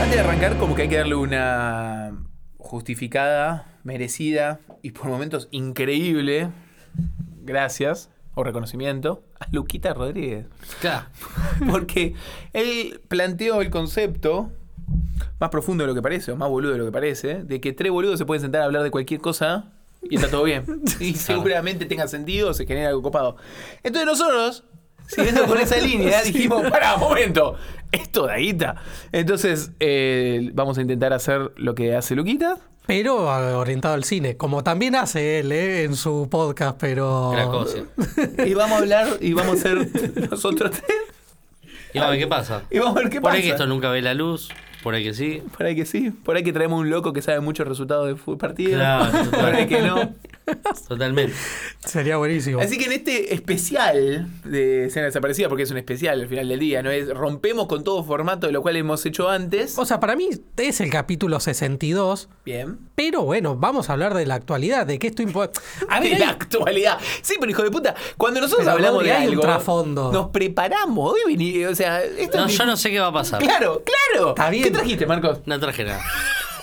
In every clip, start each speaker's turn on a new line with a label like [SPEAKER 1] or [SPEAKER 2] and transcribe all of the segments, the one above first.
[SPEAKER 1] antes de arrancar, como que hay que darle una justificada, merecida y por momentos increíble gracias o reconocimiento a Luquita Rodríguez.
[SPEAKER 2] Claro.
[SPEAKER 1] Porque él planteó el concepto más profundo de lo que parece, o más boludo de lo que parece, de que tres boludos se pueden sentar a hablar de cualquier cosa y está todo bien. Y seguramente tenga sentido, se genera algo copado. Entonces nosotros, siguiendo con esa línea, dijimos, para, un momento, esto da guita. Entonces eh, vamos a intentar hacer lo que hace Luquita.
[SPEAKER 3] Pero ah, orientado al cine, como también hace él ¿eh? en su podcast, pero...
[SPEAKER 2] Gran cosa.
[SPEAKER 1] Y vamos a hablar y vamos a ser nosotros tres.
[SPEAKER 2] Y vamos a ver qué pasa.
[SPEAKER 1] Y vamos a ver qué
[SPEAKER 2] Por
[SPEAKER 1] pasa.
[SPEAKER 2] ahí que esto nunca ve la luz, por ahí que sí.
[SPEAKER 1] Por ahí que sí, por ahí que traemos un loco que sabe muchos resultados de fútbol partido,
[SPEAKER 2] Claro, total.
[SPEAKER 1] por ahí que no.
[SPEAKER 2] Totalmente.
[SPEAKER 3] Sería buenísimo.
[SPEAKER 1] Así que en este especial de escena desaparecida, porque es un especial al final del día, no es rompemos con todo formato de lo cual hemos hecho antes.
[SPEAKER 3] O sea, para mí es el capítulo 62,
[SPEAKER 1] Bien.
[SPEAKER 3] pero bueno, vamos a hablar de la actualidad, de que esto importa.
[SPEAKER 1] A ver, la actualidad. Sí, pero hijo de puta, cuando nosotros
[SPEAKER 3] Pero,
[SPEAKER 1] hablamos
[SPEAKER 3] Rodri,
[SPEAKER 1] de
[SPEAKER 3] hay un
[SPEAKER 1] algo,
[SPEAKER 3] trasfondo.
[SPEAKER 1] nos preparamos. Hoy vení- o sea, esto
[SPEAKER 2] No,
[SPEAKER 1] es-
[SPEAKER 2] yo no sé qué va a pasar.
[SPEAKER 1] Claro, claro.
[SPEAKER 3] Está bien.
[SPEAKER 1] ¿Qué trajiste, Marcos?
[SPEAKER 2] No traje nada.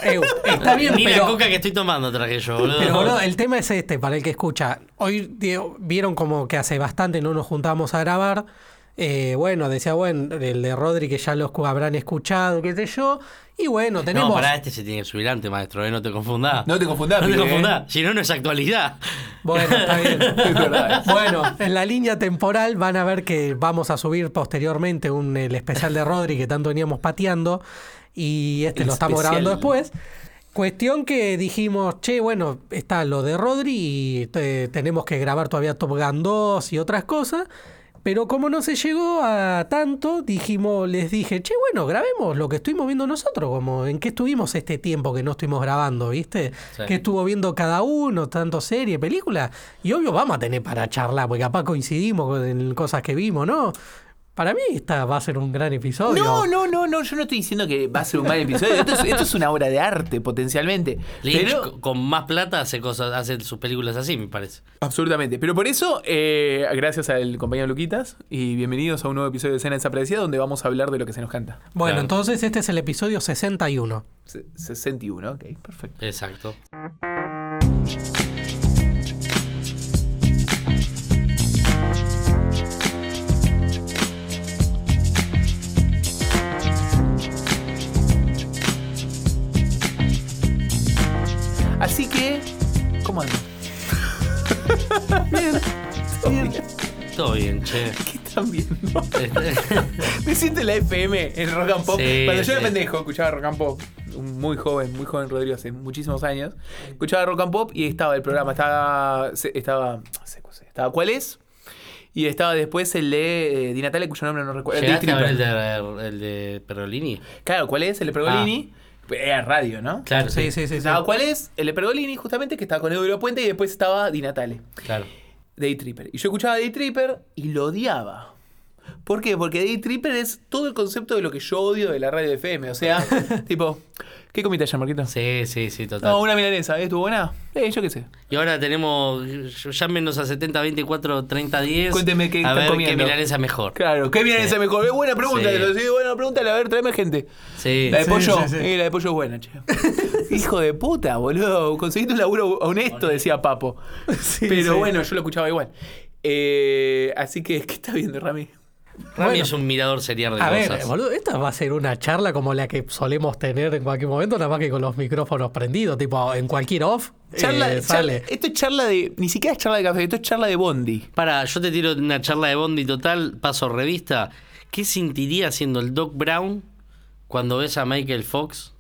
[SPEAKER 3] eh, está bien,
[SPEAKER 2] Ni la
[SPEAKER 3] pero...
[SPEAKER 2] coca que estoy tomando traje yo, boludo.
[SPEAKER 3] Pero boludo, el tema es este, para el que escucha. Hoy Diego, vieron como que hace bastante no nos juntábamos a grabar. Eh, bueno, decía, bueno, el de Rodri que ya los cu- habrán escuchado, qué sé yo. Y bueno, tenemos...
[SPEAKER 2] No, pará, este se tiene que subir antes, maestro, eh, no te confundás.
[SPEAKER 1] No te confundás, ¿eh?
[SPEAKER 2] No te
[SPEAKER 3] eh.
[SPEAKER 1] pibe,
[SPEAKER 2] confundás, si no, no es actualidad.
[SPEAKER 3] Bueno, está bien.
[SPEAKER 1] Es verdad.
[SPEAKER 3] Bueno, en la línea temporal van a ver que vamos a subir posteriormente un, el especial de Rodri que tanto veníamos pateando y este
[SPEAKER 1] El
[SPEAKER 3] lo estamos
[SPEAKER 1] especial.
[SPEAKER 3] grabando después. Cuestión que dijimos, che, bueno, está lo de Rodri y te- tenemos que grabar todavía Top Gun 2 y otras cosas. Pero como no se llegó a tanto, dijimos, les dije, che, bueno, grabemos lo que estuvimos viendo nosotros, como en qué estuvimos este tiempo que no estuvimos grabando, ¿viste?
[SPEAKER 2] Sí.
[SPEAKER 3] ¿Qué estuvo viendo cada uno, tanto serie, película. Y obvio vamos a tener para charlar, porque capaz coincidimos con- en cosas que vimos, ¿no? Para mí esta va a ser un gran episodio.
[SPEAKER 1] No, no, no, no, yo no estoy diciendo que va a ser un mal episodio. Esto es, esto es una obra de arte, potencialmente.
[SPEAKER 2] Lynch
[SPEAKER 1] Pero-
[SPEAKER 2] co- con más plata hace cosas, hace sus películas así, me parece.
[SPEAKER 1] Absolutamente. Pero por eso, eh, gracias al compañero Luquitas y bienvenidos a un nuevo episodio de Escena Desaparecida donde vamos a hablar de lo que se nos canta.
[SPEAKER 3] Bueno,
[SPEAKER 2] Claro.
[SPEAKER 3] entonces este es el episodio 61.
[SPEAKER 1] Se- 61, ok, perfecto.
[SPEAKER 2] Exacto.
[SPEAKER 1] Así que, ¿cómo andan?
[SPEAKER 3] Bien.
[SPEAKER 2] Todo bien, che.
[SPEAKER 1] ¿Qué están viendo?
[SPEAKER 2] Este-
[SPEAKER 1] Me siento en la FM en Rock and Pop.
[SPEAKER 2] Sí,
[SPEAKER 1] Cuando yo era
[SPEAKER 2] sí.
[SPEAKER 1] pendejo, escuchaba Rock and Pop. un Muy joven, muy joven Rodrigo, hace muchísimos años. Escuchaba Rock and Pop y estaba el programa. Estaba. se- Estaba. se- se- estaba ¿Cuál es? Y estaba después el de eh, Di Natale, cuyo nombre no recuerdo. el de
[SPEAKER 2] ¿Llegaste a ver el
[SPEAKER 1] Stripper.
[SPEAKER 2] de, el de Perolini?
[SPEAKER 1] Claro, ¿cuál es? El de Pergolini. Era radio, ¿no?
[SPEAKER 2] Claro,
[SPEAKER 3] Sí, sí, sí. sí.
[SPEAKER 1] Estaba, ¿Cuál es? El de Pergolini, justamente, que estaba con Euro Puente y después estaba Di Natale.
[SPEAKER 2] Claro.
[SPEAKER 1] Day Tripper. Y yo escuchaba Day Tripper y lo odiaba. ¿Por qué? Porque Day Tripper es todo el concepto de lo que yo odio de la radio FM. O sea, tipo, ¿qué comiste ayer, Marquito?
[SPEAKER 2] Sí, sí, sí, total.
[SPEAKER 1] No, una milanesa. ¿eh? ¿Estuvo buena? Eh, yo qué sé.
[SPEAKER 2] Y ahora tenemos, llámenos a 70 24 30 10.
[SPEAKER 1] Cuénteme qué
[SPEAKER 2] a
[SPEAKER 1] están
[SPEAKER 2] ver
[SPEAKER 1] comiendo.
[SPEAKER 2] qué milanesa mejor.
[SPEAKER 1] Claro, ¿qué milanesa
[SPEAKER 2] Sí.
[SPEAKER 1] mejor? Eh, buena pregunta,
[SPEAKER 2] Sí.
[SPEAKER 1] te lo digo, buena pregunta. A ver, tráeme gente.
[SPEAKER 2] Sí.
[SPEAKER 1] La de
[SPEAKER 3] Sí,
[SPEAKER 1] pollo,
[SPEAKER 3] sí, sí.
[SPEAKER 1] eh, la de pollo es buena, che. Hijo de puta, boludo. Conseguiste un laburo honesto, decía Papo.
[SPEAKER 3] Sí,
[SPEAKER 1] Pero
[SPEAKER 3] sí.
[SPEAKER 1] bueno, yo lo escuchaba igual. Eh, así que, ¿qué está viendo,
[SPEAKER 3] Eh,
[SPEAKER 1] Rami?
[SPEAKER 2] Rami
[SPEAKER 3] Bueno.
[SPEAKER 2] es un mirador serial de
[SPEAKER 3] A ver,
[SPEAKER 2] cosas.
[SPEAKER 3] boludo, esta va a ser una charla como la que solemos tener en cualquier momento, nada más que con los micrófonos prendidos, tipo en cualquier off.
[SPEAKER 1] Charla,
[SPEAKER 3] eh,
[SPEAKER 1] charla-
[SPEAKER 3] sale.
[SPEAKER 1] esto es charla de. Ni siquiera es charla de café, esto es charla de Bondi.
[SPEAKER 2] Para, yo te tiro una charla de Bondi total, paso revista. ¿Qué sentiría siendo el Doc Brown cuando ves a Michael Fox?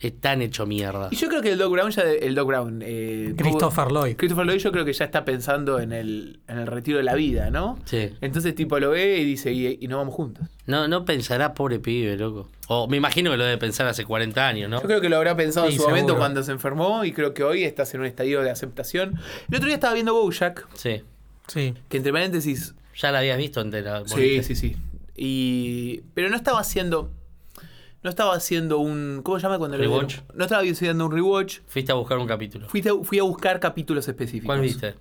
[SPEAKER 2] Es tan hecho mierda.
[SPEAKER 1] Y yo creo que el Doc Brown ya. de- El Doc Brown. eh,
[SPEAKER 3] Christopher
[SPEAKER 1] tuvo-
[SPEAKER 3] Lloyd.
[SPEAKER 1] Christopher Lloyd yo creo que ya está pensando en el, en el retiro de la vida, ¿no?
[SPEAKER 2] Sí.
[SPEAKER 1] Entonces, tipo, lo ve y dice, y, y no vamos juntos.
[SPEAKER 2] No, no pensará, pobre pibe, loco. O me imagino que lo debe pensar hace 40 años, ¿no?
[SPEAKER 1] Yo creo que lo habrá pensado en
[SPEAKER 3] Sí,
[SPEAKER 1] su momento
[SPEAKER 3] seguro.
[SPEAKER 1] cuando se enfermó y creo que hoy estás en un estadio de aceptación. El otro día estaba viendo Bojack,
[SPEAKER 2] Sí.
[SPEAKER 3] Sí.
[SPEAKER 1] que entre paréntesis.
[SPEAKER 2] Ya la habías visto entera.
[SPEAKER 1] Sí, sí, sí. Y, pero no estaba haciendo. No estaba haciendo un. ¿Cómo se llama cuando lo
[SPEAKER 2] Rewatch.
[SPEAKER 1] vieron? No estaba haciendo un rewatch.
[SPEAKER 2] Fuiste a buscar un capítulo.
[SPEAKER 1] Fui a, fui a buscar capítulos específicos.
[SPEAKER 2] ¿Cuál viste?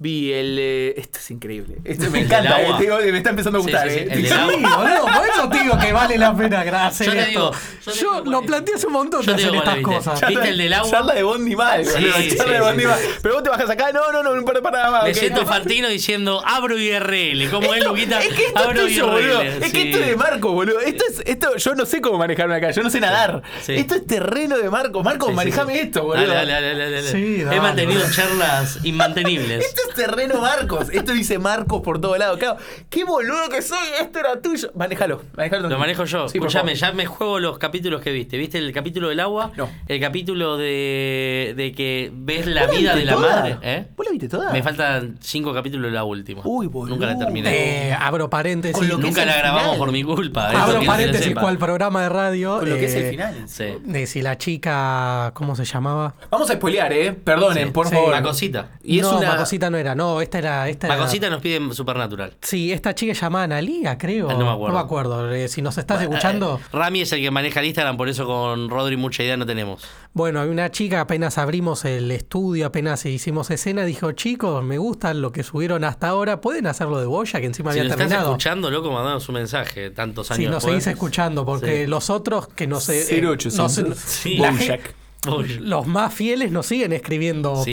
[SPEAKER 1] Vi el. eh, esto es increíble. Esto me
[SPEAKER 2] El
[SPEAKER 1] encanta.
[SPEAKER 2] del
[SPEAKER 1] eh,
[SPEAKER 2] agua.
[SPEAKER 1] te digo, me está empezando a
[SPEAKER 2] Sí,
[SPEAKER 1] gustar.
[SPEAKER 2] sí, sí,
[SPEAKER 1] eh.
[SPEAKER 2] el del
[SPEAKER 3] Sí,
[SPEAKER 2] agua.
[SPEAKER 3] boludo, por eso te digo que vale la pena gracias.
[SPEAKER 2] Yo te
[SPEAKER 3] esto.
[SPEAKER 2] digo, yo te
[SPEAKER 3] Yo
[SPEAKER 2] digo
[SPEAKER 3] lo
[SPEAKER 2] cuál es.
[SPEAKER 3] planteé hace un montón de
[SPEAKER 2] Yo te
[SPEAKER 3] hacer
[SPEAKER 2] digo
[SPEAKER 3] estas
[SPEAKER 2] cuál es,
[SPEAKER 3] cosas.
[SPEAKER 2] ¿viste? ¿Viste el del agua?
[SPEAKER 1] Charla de Bondi mal,
[SPEAKER 2] Sí,
[SPEAKER 1] boludo,
[SPEAKER 2] sí,
[SPEAKER 1] charla de
[SPEAKER 2] sí,
[SPEAKER 1] Bondi
[SPEAKER 2] sí,
[SPEAKER 1] mal.
[SPEAKER 2] sí.
[SPEAKER 1] Pero vos te bajás acá, no, no, no, no para, para más.
[SPEAKER 2] Me
[SPEAKER 1] ok.
[SPEAKER 2] siento Fantino diciendo, abro IRL. ¿Cómo es, Luquita?
[SPEAKER 1] Es que esto
[SPEAKER 2] abro
[SPEAKER 1] es tuyo, boludo.
[SPEAKER 2] IRL.
[SPEAKER 1] Es que
[SPEAKER 2] Sí.
[SPEAKER 1] esto es de Marcos, boludo. Esto es, esto, yo no sé cómo manejarme acá, yo no sé nadar.
[SPEAKER 2] Sí.
[SPEAKER 1] Esto es terreno de Marcos. Marcos,
[SPEAKER 2] Sí, sí,
[SPEAKER 1] manejame
[SPEAKER 2] sí.
[SPEAKER 1] esto, boludo.
[SPEAKER 2] Dale, dale, dale, dale, dale.
[SPEAKER 3] Sí, dale,
[SPEAKER 2] He mantenido
[SPEAKER 3] boludo.
[SPEAKER 2] charlas inmantenibles.
[SPEAKER 1] Esto es terreno Marcos. Esto dice Marcos por todo lado. Claro, qué boludo que soy. Esto era tuyo. Manejalo, manejalo.
[SPEAKER 2] Lo manejo yo.
[SPEAKER 1] Sí, por
[SPEAKER 2] Escuchame,
[SPEAKER 1] favor.
[SPEAKER 2] ya me juego los capítulos que viste. ¿Viste el capítulo del agua?
[SPEAKER 1] No.
[SPEAKER 2] El capítulo de, de que ves la
[SPEAKER 1] ¿Vos
[SPEAKER 2] vida
[SPEAKER 1] viste
[SPEAKER 2] de la
[SPEAKER 1] toda?
[SPEAKER 2] madre. ¿eh?
[SPEAKER 1] ¿Vos la viste toda?
[SPEAKER 2] Me faltan cinco capítulos de la última.
[SPEAKER 1] Uy, boludo.
[SPEAKER 2] Nunca la terminé.
[SPEAKER 3] Eh, abro paréntesis.
[SPEAKER 1] Con lo que
[SPEAKER 2] Nunca
[SPEAKER 1] es
[SPEAKER 2] la
[SPEAKER 1] el
[SPEAKER 2] grabamos
[SPEAKER 1] final.
[SPEAKER 2] por mi culpa. eso
[SPEAKER 3] Abro
[SPEAKER 2] quiero que
[SPEAKER 3] paréntesis
[SPEAKER 2] sepa.
[SPEAKER 3] cual programa de radio.
[SPEAKER 1] Con lo que es el
[SPEAKER 3] eh,
[SPEAKER 1] final.
[SPEAKER 2] Sí.
[SPEAKER 3] De si la chica, ¿cómo se llamaba?
[SPEAKER 1] Vamos a spoilear, ¿eh? Perdonen,
[SPEAKER 2] Sí,
[SPEAKER 1] por
[SPEAKER 3] sí.
[SPEAKER 1] favor.
[SPEAKER 2] Una cosita.
[SPEAKER 1] Y es
[SPEAKER 3] no,
[SPEAKER 1] una.
[SPEAKER 3] Macosita no era, no, esta era. Esta era-
[SPEAKER 2] Macosita nos pide Supernatural.
[SPEAKER 3] Sí, esta chica se llama Analia, creo.
[SPEAKER 2] Ah, no me acuerdo.
[SPEAKER 3] acuerdo. Eh, si nos estás escuchando,
[SPEAKER 2] Eh, Rami es el que maneja el Instagram, por eso con Rodri mucha idea no tenemos.
[SPEAKER 3] bueno, hay una chica, apenas abrimos el estudio, apenas hicimos escena, dijo, chicos, me gusta lo que subieron hasta ahora, pueden hacerlo de Boya, que encima
[SPEAKER 2] Si
[SPEAKER 3] había
[SPEAKER 2] lo estás
[SPEAKER 3] terminado.
[SPEAKER 2] escuchando, loco, mandanos un mensaje tantos años
[SPEAKER 3] si nos
[SPEAKER 2] después.
[SPEAKER 3] seguís escuchando, porque
[SPEAKER 2] Sí.
[SPEAKER 3] los otros que no sé. eh,
[SPEAKER 1] 0800.
[SPEAKER 3] no sé-
[SPEAKER 2] Sí.
[SPEAKER 3] la
[SPEAKER 1] Bojack.
[SPEAKER 3] gente-
[SPEAKER 2] Uy,
[SPEAKER 3] Los más fieles nos siguen escribiendo
[SPEAKER 2] Sí,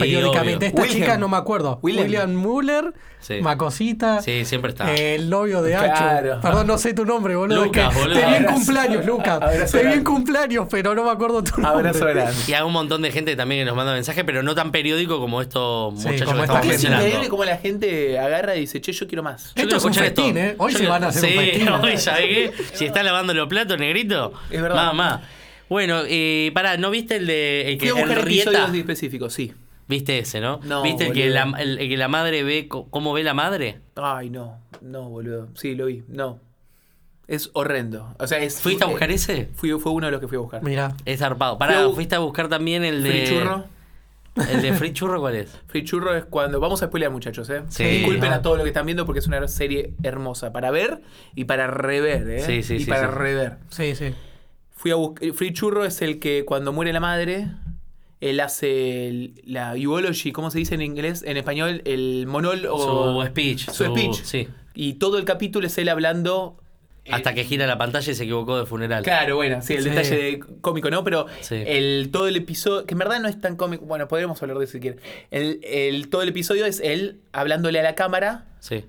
[SPEAKER 2] obvio.
[SPEAKER 3] periódicamente. Esta
[SPEAKER 1] Wilhelm.
[SPEAKER 3] chica no me acuerdo.
[SPEAKER 1] Wilhelm.
[SPEAKER 3] William, Muller,
[SPEAKER 2] Sí.
[SPEAKER 3] Macosita.
[SPEAKER 2] Sí, siempre está.
[SPEAKER 3] eh, el novio de Acho.
[SPEAKER 1] Claro.
[SPEAKER 3] Perdón, no sé tu nombre, boludo. es
[SPEAKER 2] Lucas,
[SPEAKER 3] que
[SPEAKER 2] boludo.
[SPEAKER 3] Te vi en
[SPEAKER 1] Abrazo.
[SPEAKER 3] cumpleaños, Lucas.
[SPEAKER 1] Abrazo
[SPEAKER 3] Te vi en
[SPEAKER 1] grande.
[SPEAKER 3] cumpleaños, pero no me acuerdo tu nombre.
[SPEAKER 1] Abrazo grande.
[SPEAKER 2] Y hay un montón de gente también que nos manda mensajes, pero no tan periódico como estos
[SPEAKER 3] Sí,
[SPEAKER 2] muchachos
[SPEAKER 3] como
[SPEAKER 2] que
[SPEAKER 3] esta
[SPEAKER 2] estamos
[SPEAKER 1] Porque
[SPEAKER 3] gente.
[SPEAKER 1] es increíble
[SPEAKER 2] mencionando.
[SPEAKER 1] cómo la gente agarra y dice, che, yo quiero más.
[SPEAKER 2] Yo
[SPEAKER 3] Esto
[SPEAKER 2] quiero
[SPEAKER 3] es un
[SPEAKER 2] escuchar
[SPEAKER 3] festín, ¿eh? Hoy
[SPEAKER 2] Yo
[SPEAKER 3] se
[SPEAKER 2] quiero-
[SPEAKER 3] van a hacer un
[SPEAKER 2] Sí,
[SPEAKER 3] festín.
[SPEAKER 2] hoy, ¿sabés qué? Si está lavando los platos, negrito.
[SPEAKER 1] Es verdad.
[SPEAKER 2] Mamá. Bueno, eh, pará, ¿no viste el de. El que
[SPEAKER 1] Quiero buscar
[SPEAKER 2] el Rieta?
[SPEAKER 1] episodios específicos, sí.
[SPEAKER 2] ¿Viste ese, no?
[SPEAKER 1] No,
[SPEAKER 2] ¿Viste el que, la,
[SPEAKER 1] boludo.
[SPEAKER 2] el- el que la madre ve co- cómo ve la madre?
[SPEAKER 1] Ay, no, no, boludo. Sí, lo vi, no. Es horrendo. O sea, es.
[SPEAKER 2] ¿Fuiste a buscar
[SPEAKER 1] eh,
[SPEAKER 2] ese?
[SPEAKER 1] Fui, fue uno de los que fui a buscar.
[SPEAKER 3] Mira.
[SPEAKER 2] Es zarpado. Pará,
[SPEAKER 1] Fui a bu-
[SPEAKER 2] fuiste a buscar también el de.
[SPEAKER 1] Free churro.
[SPEAKER 2] ¿El de Free Churro cuál es?
[SPEAKER 1] Free Churro es cuando. Vamos a spoilear, muchachos, ¿eh?
[SPEAKER 2] Sí.
[SPEAKER 1] Disculpen
[SPEAKER 3] no.
[SPEAKER 1] a todos los que están viendo porque es una serie hermosa para ver y para rever, ¿eh?
[SPEAKER 2] Sí, sí,
[SPEAKER 1] y
[SPEAKER 2] sí,
[SPEAKER 1] para
[SPEAKER 2] sí.
[SPEAKER 1] rever.
[SPEAKER 3] Sí, sí.
[SPEAKER 1] Fui a buscar. Free Churro es el que cuando muere la madre, él hace el- la eulogy, ¿cómo se dice en inglés? En español, el monólogo.
[SPEAKER 2] Su speech.
[SPEAKER 1] Su, speech.
[SPEAKER 2] Sí.
[SPEAKER 1] Y todo el capítulo es él hablando. eh,
[SPEAKER 2] Hasta que gira la pantalla y se equivocó de funeral.
[SPEAKER 1] Claro, bueno, sí, el
[SPEAKER 3] Sí.
[SPEAKER 1] detalle de cómico, ¿no? Pero
[SPEAKER 2] Sí.
[SPEAKER 1] el, todo el episodio, que en verdad no es tan cómico, bueno, podremos hablar de eso si quieren. El, el- todo el episodio es él hablándole a la cámara
[SPEAKER 2] Sí.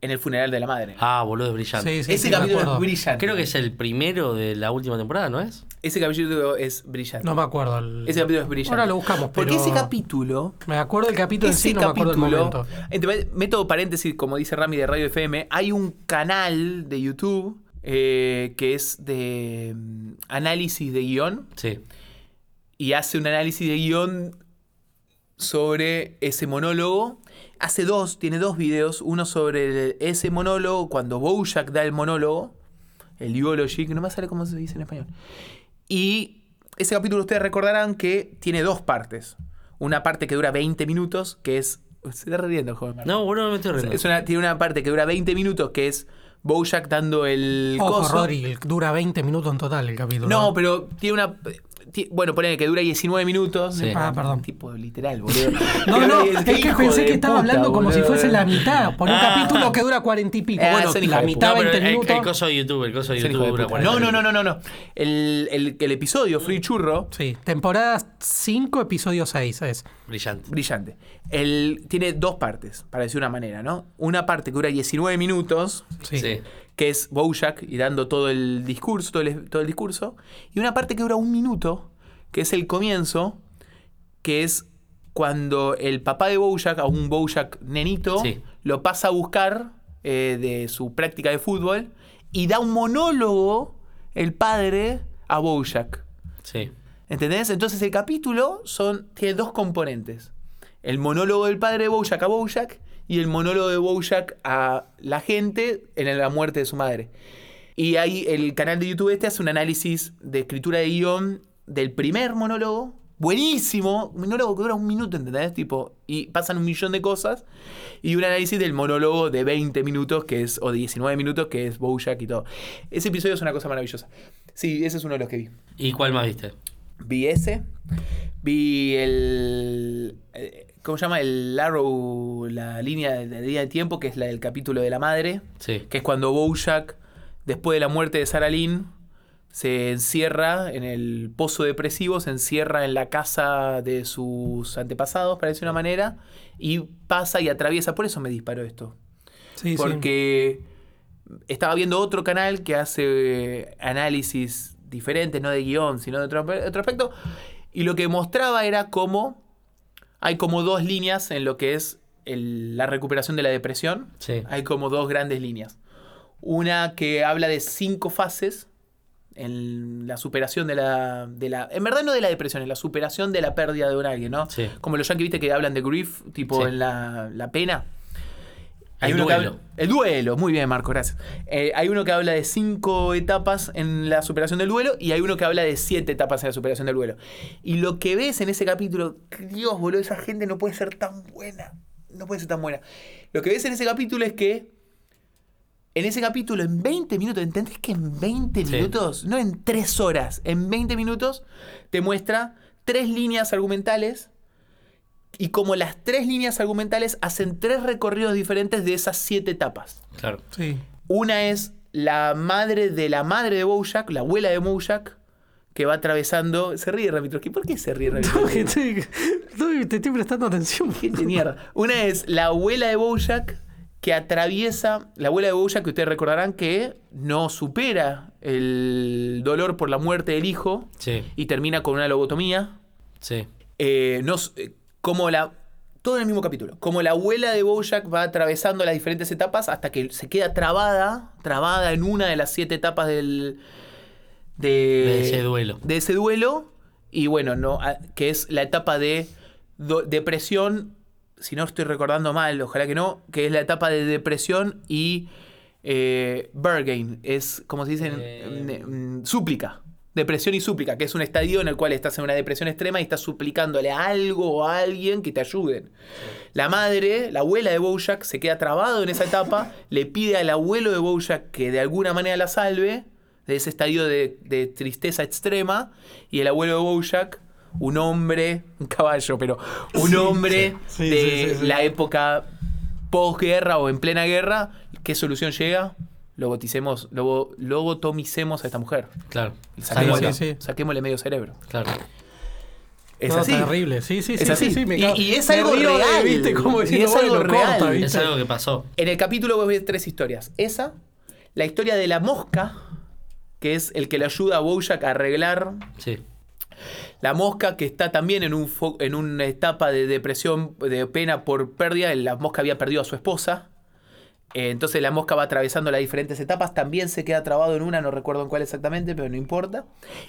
[SPEAKER 1] en el funeral de la madre.
[SPEAKER 2] Ah, boludo, es brillante.
[SPEAKER 3] Sí, sí,
[SPEAKER 1] Ese
[SPEAKER 3] sí, me
[SPEAKER 1] capítulo
[SPEAKER 3] acuerdo.
[SPEAKER 1] es brillante.
[SPEAKER 2] Creo que es el primero de la última temporada, ¿no es?
[SPEAKER 1] Ese capítulo es brillante.
[SPEAKER 3] No me acuerdo. el-
[SPEAKER 1] Ese capítulo es brillante.
[SPEAKER 3] Ahora lo buscamos, pero.
[SPEAKER 1] Porque ese capítulo
[SPEAKER 3] Me acuerdo del capítulo en
[SPEAKER 1] Ese
[SPEAKER 3] sí, no me acuerdo el
[SPEAKER 1] capítulo,
[SPEAKER 3] momento.
[SPEAKER 1] entre- meto paréntesis, como dice Rami de Radio FM, hay un canal de YouTube eh, que es de mm, análisis de guión
[SPEAKER 2] Sí.
[SPEAKER 1] y hace un análisis de guión sobre ese monólogo. Hace dos, tiene dos videos, uno sobre el- ese monólogo, cuando Bojack da el monólogo, el eulogy, que no me sale cómo se dice en español. Y ese capítulo ustedes recordarán que tiene dos partes. Una parte que dura 20 minutos, que es... Se está riendo, joven. Marco.
[SPEAKER 2] No, boludo, me estoy riendo.
[SPEAKER 1] Es una- tiene una parte que dura 20 minutos, que es Bojack dando el...
[SPEAKER 3] Ojo,
[SPEAKER 1] coso.
[SPEAKER 3] Rodri, dura 20 minutos en total el capítulo.
[SPEAKER 1] No, pero tiene una. ti- Bueno, ponele que dura 19 minutos.
[SPEAKER 2] Sí.
[SPEAKER 3] Ah, perdón.
[SPEAKER 1] Tipo literal, boludo.
[SPEAKER 3] No,
[SPEAKER 1] Dura
[SPEAKER 3] no,
[SPEAKER 1] 10,
[SPEAKER 3] es que
[SPEAKER 1] hijo
[SPEAKER 3] pensé
[SPEAKER 1] de
[SPEAKER 3] que estaba
[SPEAKER 1] puta,
[SPEAKER 3] hablando como si
[SPEAKER 1] boludo.
[SPEAKER 3] fuese la mitad, por un
[SPEAKER 2] Ah.
[SPEAKER 3] capítulo que dura cuarenta y pico.
[SPEAKER 1] Ah,
[SPEAKER 3] Bueno,
[SPEAKER 1] es un hijo
[SPEAKER 3] la
[SPEAKER 1] de
[SPEAKER 3] mitad
[SPEAKER 2] no, pero
[SPEAKER 3] 20
[SPEAKER 2] el,
[SPEAKER 3] minutos.
[SPEAKER 2] el coso de YouTube, el coso de
[SPEAKER 1] Es un hijo
[SPEAKER 2] YouTube
[SPEAKER 1] de
[SPEAKER 2] dura
[SPEAKER 1] puta.
[SPEAKER 2] 40
[SPEAKER 1] No, no, no,
[SPEAKER 2] minutos.
[SPEAKER 1] no, no. no. El, el- el episodio Free Churro,
[SPEAKER 3] Sí, temporada 5, episodio 6 es.
[SPEAKER 2] Brillante.
[SPEAKER 1] brillante. El, tiene dos partes, para decir una manera, ¿no? Una parte que dura 19 minutos,
[SPEAKER 3] Sí.
[SPEAKER 2] Sí.
[SPEAKER 1] que es Bojack y dando todo el discurso, todo el, todo el discurso, y una parte que dura un minuto, que es el comienzo, que es cuando el papá de Bojack, a un Bojack nenito,
[SPEAKER 2] Sí.
[SPEAKER 1] lo pasa a buscar eh, de su práctica de fútbol y da un monólogo el padre a Bojack.
[SPEAKER 2] Sí.
[SPEAKER 1] ¿Entendés? Entonces el capítulo son, tiene dos componentes. El monólogo del padre de Bojack a Bojack y el monólogo de Bojack a la gente en la muerte de su madre. Y ahí el canal de YouTube este hace un análisis de escritura de guión del primer monólogo. Buenísimo. Un monólogo que dura un minuto, ¿entendés? Tipo, y pasan un millón de cosas. Y un análisis del monólogo de 20 minutos, que es, o de 19 minutos, que es Bojack y todo. Ese episodio es una cosa maravillosa. Sí, ese es uno de los que vi.
[SPEAKER 2] ¿Y cuál más viste?
[SPEAKER 1] Vi ese. Vi el. eh, ¿Cómo se llama? El Arrow, la línea de, la línea de tiempo, que es la del capítulo de la madre,
[SPEAKER 2] Sí.
[SPEAKER 1] que es cuando Bojack, después de la muerte de Sarah Lynn, se encierra en el pozo depresivo, se encierra en la casa de sus antepasados, parece una manera, y pasa y atraviesa. Por eso me disparó esto.
[SPEAKER 3] Sí, sí.
[SPEAKER 1] porque estaba viendo otro canal que hace eh, análisis diferentes, no de guión, sino de otro, otro aspecto, y lo que mostraba era cómo hay como dos líneas en lo que es el- la recuperación de la depresión.
[SPEAKER 2] Sí.
[SPEAKER 1] Hay como dos grandes líneas. Una que habla de cinco fases en la superación de la, de la... En verdad no de la depresión, en la superación de la pérdida de un alguien, ¿no?
[SPEAKER 2] Sí.
[SPEAKER 1] Como los yankees, viste, que hablan de grief, tipo
[SPEAKER 2] Sí.
[SPEAKER 1] en la, la pena.
[SPEAKER 2] El
[SPEAKER 1] uno que
[SPEAKER 2] duelo.
[SPEAKER 1] habla- el duelo, muy bien, Marco, gracias. Eh, hay uno que habla de cinco etapas en la superación del duelo y hay uno que habla de siete etapas en la superación del duelo. Y lo que ves en ese capítulo, Dios, boludo, esa gente no puede ser tan buena. No puede ser tan buena. Lo que ves en ese capítulo es que. En ese capítulo, en 20 minutos, ¿entendés que en 20
[SPEAKER 2] Sí.
[SPEAKER 1] minutos? No en 3 horas, en 20 minutos te muestra tres líneas argumentales y como las tres líneas argumentales hacen tres recorridos diferentes de esas siete etapas.
[SPEAKER 2] Claro.
[SPEAKER 3] Sí.
[SPEAKER 1] Una es la madre de la madre de Bojack, la abuela de Bojack, que va atravesando... Se ríe Ramitroski. ¿Por qué se ríe
[SPEAKER 3] No, que
[SPEAKER 1] Ramitroski?
[SPEAKER 3] estoy- estoy- te estoy prestando atención.
[SPEAKER 1] Gente de mierda. Una es la abuela de Bojack que atraviesa... La abuela de Bojack, que ustedes recordarán que no supera el dolor por la muerte del hijo
[SPEAKER 2] Sí.
[SPEAKER 1] y termina con una lobotomía.
[SPEAKER 2] Sí.
[SPEAKER 1] Eh, no s- eh, como la. Todo en el mismo capítulo. Como la abuela de Bojack va atravesando las diferentes etapas hasta que se queda trabada, trabada en una de las siete etapas del. De,
[SPEAKER 2] De ese duelo.
[SPEAKER 1] De ese duelo. Y bueno, no, a- que es la etapa de do- depresión. Si no estoy recordando mal, ojalá que no. Que es la etapa de depresión y. Eh, bargain. Es como se dice en-
[SPEAKER 2] Eh.
[SPEAKER 1] en- en- súplica. Depresión y súplica, que es un estadio en el cual estás en una depresión extrema y estás suplicándole a algo o a alguien que te ayuden. La madre, la abuela de Bojack, se queda trabado en esa etapa, le pide al abuelo de Bojack que de alguna manera la salve de ese estadio de, de tristeza extrema, y el abuelo de Bojack, un hombre, un caballo, pero un hombre
[SPEAKER 3] sí, sí,
[SPEAKER 1] de
[SPEAKER 3] sí, sí.
[SPEAKER 1] la época posguerra o en plena guerra, ¿qué solución llega? Loboticemos, lobo- lobotomicemos a esta mujer.
[SPEAKER 2] Claro.
[SPEAKER 1] Saquémosle,
[SPEAKER 3] Sí, sí, sí.
[SPEAKER 1] saquémosle medio cerebro.
[SPEAKER 2] Claro.
[SPEAKER 1] Es
[SPEAKER 3] No,
[SPEAKER 1] así.
[SPEAKER 3] terrible. Sí, sí,
[SPEAKER 1] Es
[SPEAKER 3] sí. sí,
[SPEAKER 1] así.
[SPEAKER 3] sí, me
[SPEAKER 1] Y-
[SPEAKER 3] cago.
[SPEAKER 1] y es
[SPEAKER 3] Me
[SPEAKER 1] algo
[SPEAKER 3] río de,
[SPEAKER 1] real.
[SPEAKER 3] ¿viste? Como
[SPEAKER 1] Y
[SPEAKER 3] diciendo,
[SPEAKER 1] es algo
[SPEAKER 3] bueno, corta,
[SPEAKER 1] real.
[SPEAKER 3] ¿viste?
[SPEAKER 2] Es algo que pasó.
[SPEAKER 1] En el capítulo vos ves tres historias. Esa, la historia de la mosca, que es el que le ayuda a Bojack a arreglar.
[SPEAKER 2] Sí.
[SPEAKER 1] La mosca que está también en, un fo- en una etapa de depresión, de pena por pérdida. La mosca había perdido a su esposa. Eh, Entonces la mosca va atravesando las diferentes etapas. También se queda trabado en una, no recuerdo en cuál exactamente, pero no importa.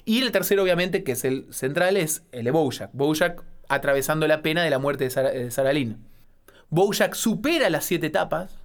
[SPEAKER 1] Y el tercero, obviamente, que es el central, es el de Bojack. Bojack atravesando la pena de la muerte de Sara, de Sarah Lynn. Bojack supera las siete etapas.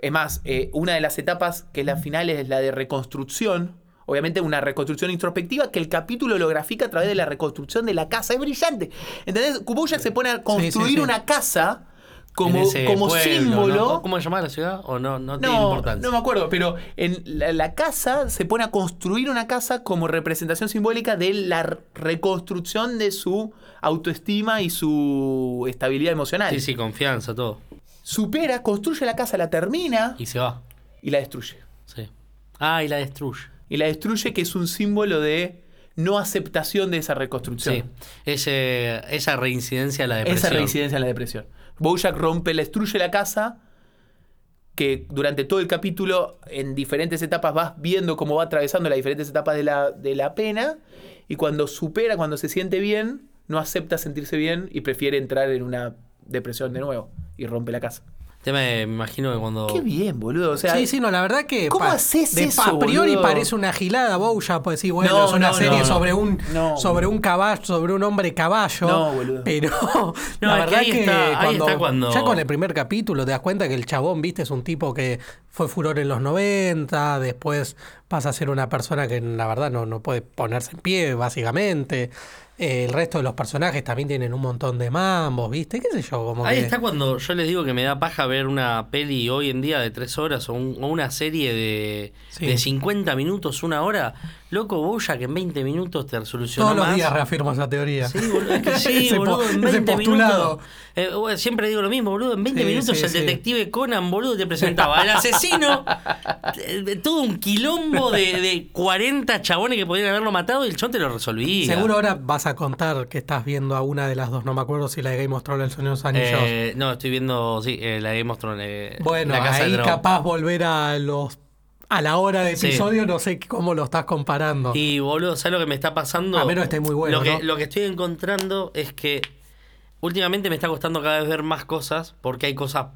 [SPEAKER 1] Es más, eh, una de las etapas que es la final es la de reconstrucción. Obviamente una reconstrucción introspectiva que el capítulo lo grafica a través de la reconstrucción de la casa. Es brillante. ¿Entendés? Bojack se pone a construir
[SPEAKER 3] sí.
[SPEAKER 1] una casa
[SPEAKER 2] En
[SPEAKER 1] como,
[SPEAKER 2] ese
[SPEAKER 1] como
[SPEAKER 2] pueblo,
[SPEAKER 1] símbolo.
[SPEAKER 2] ¿no? ¿Cómo se llama la ciudad? ¿O no? No tiene
[SPEAKER 1] No,
[SPEAKER 2] importancia.
[SPEAKER 1] no me acuerdo, pero en la, la casa se pone a construir una casa como representación simbólica de la r- reconstrucción de su autoestima y su estabilidad emocional.
[SPEAKER 2] sí, sí, confianza, todo.
[SPEAKER 1] Supera, construye la casa, la termina
[SPEAKER 2] Y se va.
[SPEAKER 1] y la destruye.
[SPEAKER 2] Sí. Ah, y la destruye.
[SPEAKER 1] Y la destruye que es un símbolo de no aceptación de esa reconstrucción.
[SPEAKER 2] Sí. Ese, esa reincidencia a la depresión.
[SPEAKER 1] Esa reincidencia en la depresión. Bojack rompe, la destruye la casa, que durante todo el capítulo, en diferentes etapas, vas viendo cómo va atravesando las diferentes etapas de la, de la pena, y cuando supera, cuando se siente bien, no acepta sentirse bien y prefiere entrar en una depresión de nuevo y rompe la casa.
[SPEAKER 2] Tema de- me imagino que cuando.
[SPEAKER 1] Qué bien, boludo. O sea,
[SPEAKER 3] Sí, sí, no, la verdad que.
[SPEAKER 1] ¿Cómo
[SPEAKER 3] pa-
[SPEAKER 1] haces
[SPEAKER 3] de,
[SPEAKER 1] eso,
[SPEAKER 3] A priori
[SPEAKER 1] boludo?
[SPEAKER 3] parece una gilada, Bojack, pues sí, bueno,
[SPEAKER 1] No,
[SPEAKER 3] es una
[SPEAKER 1] no, no,
[SPEAKER 3] serie
[SPEAKER 1] no.
[SPEAKER 3] sobre un
[SPEAKER 1] No.
[SPEAKER 3] sobre un caballo, sobre un hombre caballo.
[SPEAKER 1] No, boludo.
[SPEAKER 3] Pero
[SPEAKER 2] No, es
[SPEAKER 3] la
[SPEAKER 2] que
[SPEAKER 3] verdad
[SPEAKER 2] ahí
[SPEAKER 3] que,
[SPEAKER 2] está- ahí
[SPEAKER 3] cuando,
[SPEAKER 2] está cuando-
[SPEAKER 3] ya con el primer capítulo te das cuenta que el chabón, viste, es un tipo que fue furor en los 90, después pasa a ser una persona que la verdad no, no puede ponerse en pie, básicamente. Eh, el resto de los personajes también tienen un montón de mambos, ¿viste? ¿Qué sé yo? Como
[SPEAKER 2] Ahí
[SPEAKER 3] que-
[SPEAKER 2] está cuando yo les digo que me da paja ver una peli hoy en día de tres horas o, un- o una serie de,
[SPEAKER 3] Sí.
[SPEAKER 2] de 50 minutos, una hora. Loco, Boya que en 20 minutos te resolucionó
[SPEAKER 3] Todos los
[SPEAKER 2] más.
[SPEAKER 3] días reafirmo esa teoría.
[SPEAKER 2] Sí, boludo, es que sí,
[SPEAKER 3] Ese po-
[SPEAKER 2] boludo, en
[SPEAKER 3] ese
[SPEAKER 2] 20
[SPEAKER 3] postulado.
[SPEAKER 2] minutos. Eh, bueno, siempre digo lo mismo, boludo. En 20
[SPEAKER 3] Sí,
[SPEAKER 2] minutos
[SPEAKER 3] sí,
[SPEAKER 2] el
[SPEAKER 3] sí.
[SPEAKER 2] detective Conan, boludo, te presentaba al asesino, eh, de todo un quilombo de, de 40 chabones que podían haberlo matado y el chon te lo resolví.
[SPEAKER 3] Seguro ahora vas a contar que estás viendo a una de las dos, no me acuerdo si la de Game of Thrones o el Señor de los Anillos.
[SPEAKER 2] Eh, no, estoy viendo, sí, eh, la de Game of Thrones, eh,
[SPEAKER 3] bueno,
[SPEAKER 2] la casa de
[SPEAKER 3] ahí
[SPEAKER 2] Dragón.
[SPEAKER 3] capaz volver a los a la hora de
[SPEAKER 2] Sí.
[SPEAKER 3] episodio, no sé cómo lo estás comparando.
[SPEAKER 2] Y boludo, ¿sabes lo que me está pasando?
[SPEAKER 3] A Ah, menos que esté muy bueno,
[SPEAKER 2] Lo que,
[SPEAKER 3] ¿no?
[SPEAKER 2] lo que estoy encontrando es que últimamente me está costando cada vez ver más cosas porque hay cosas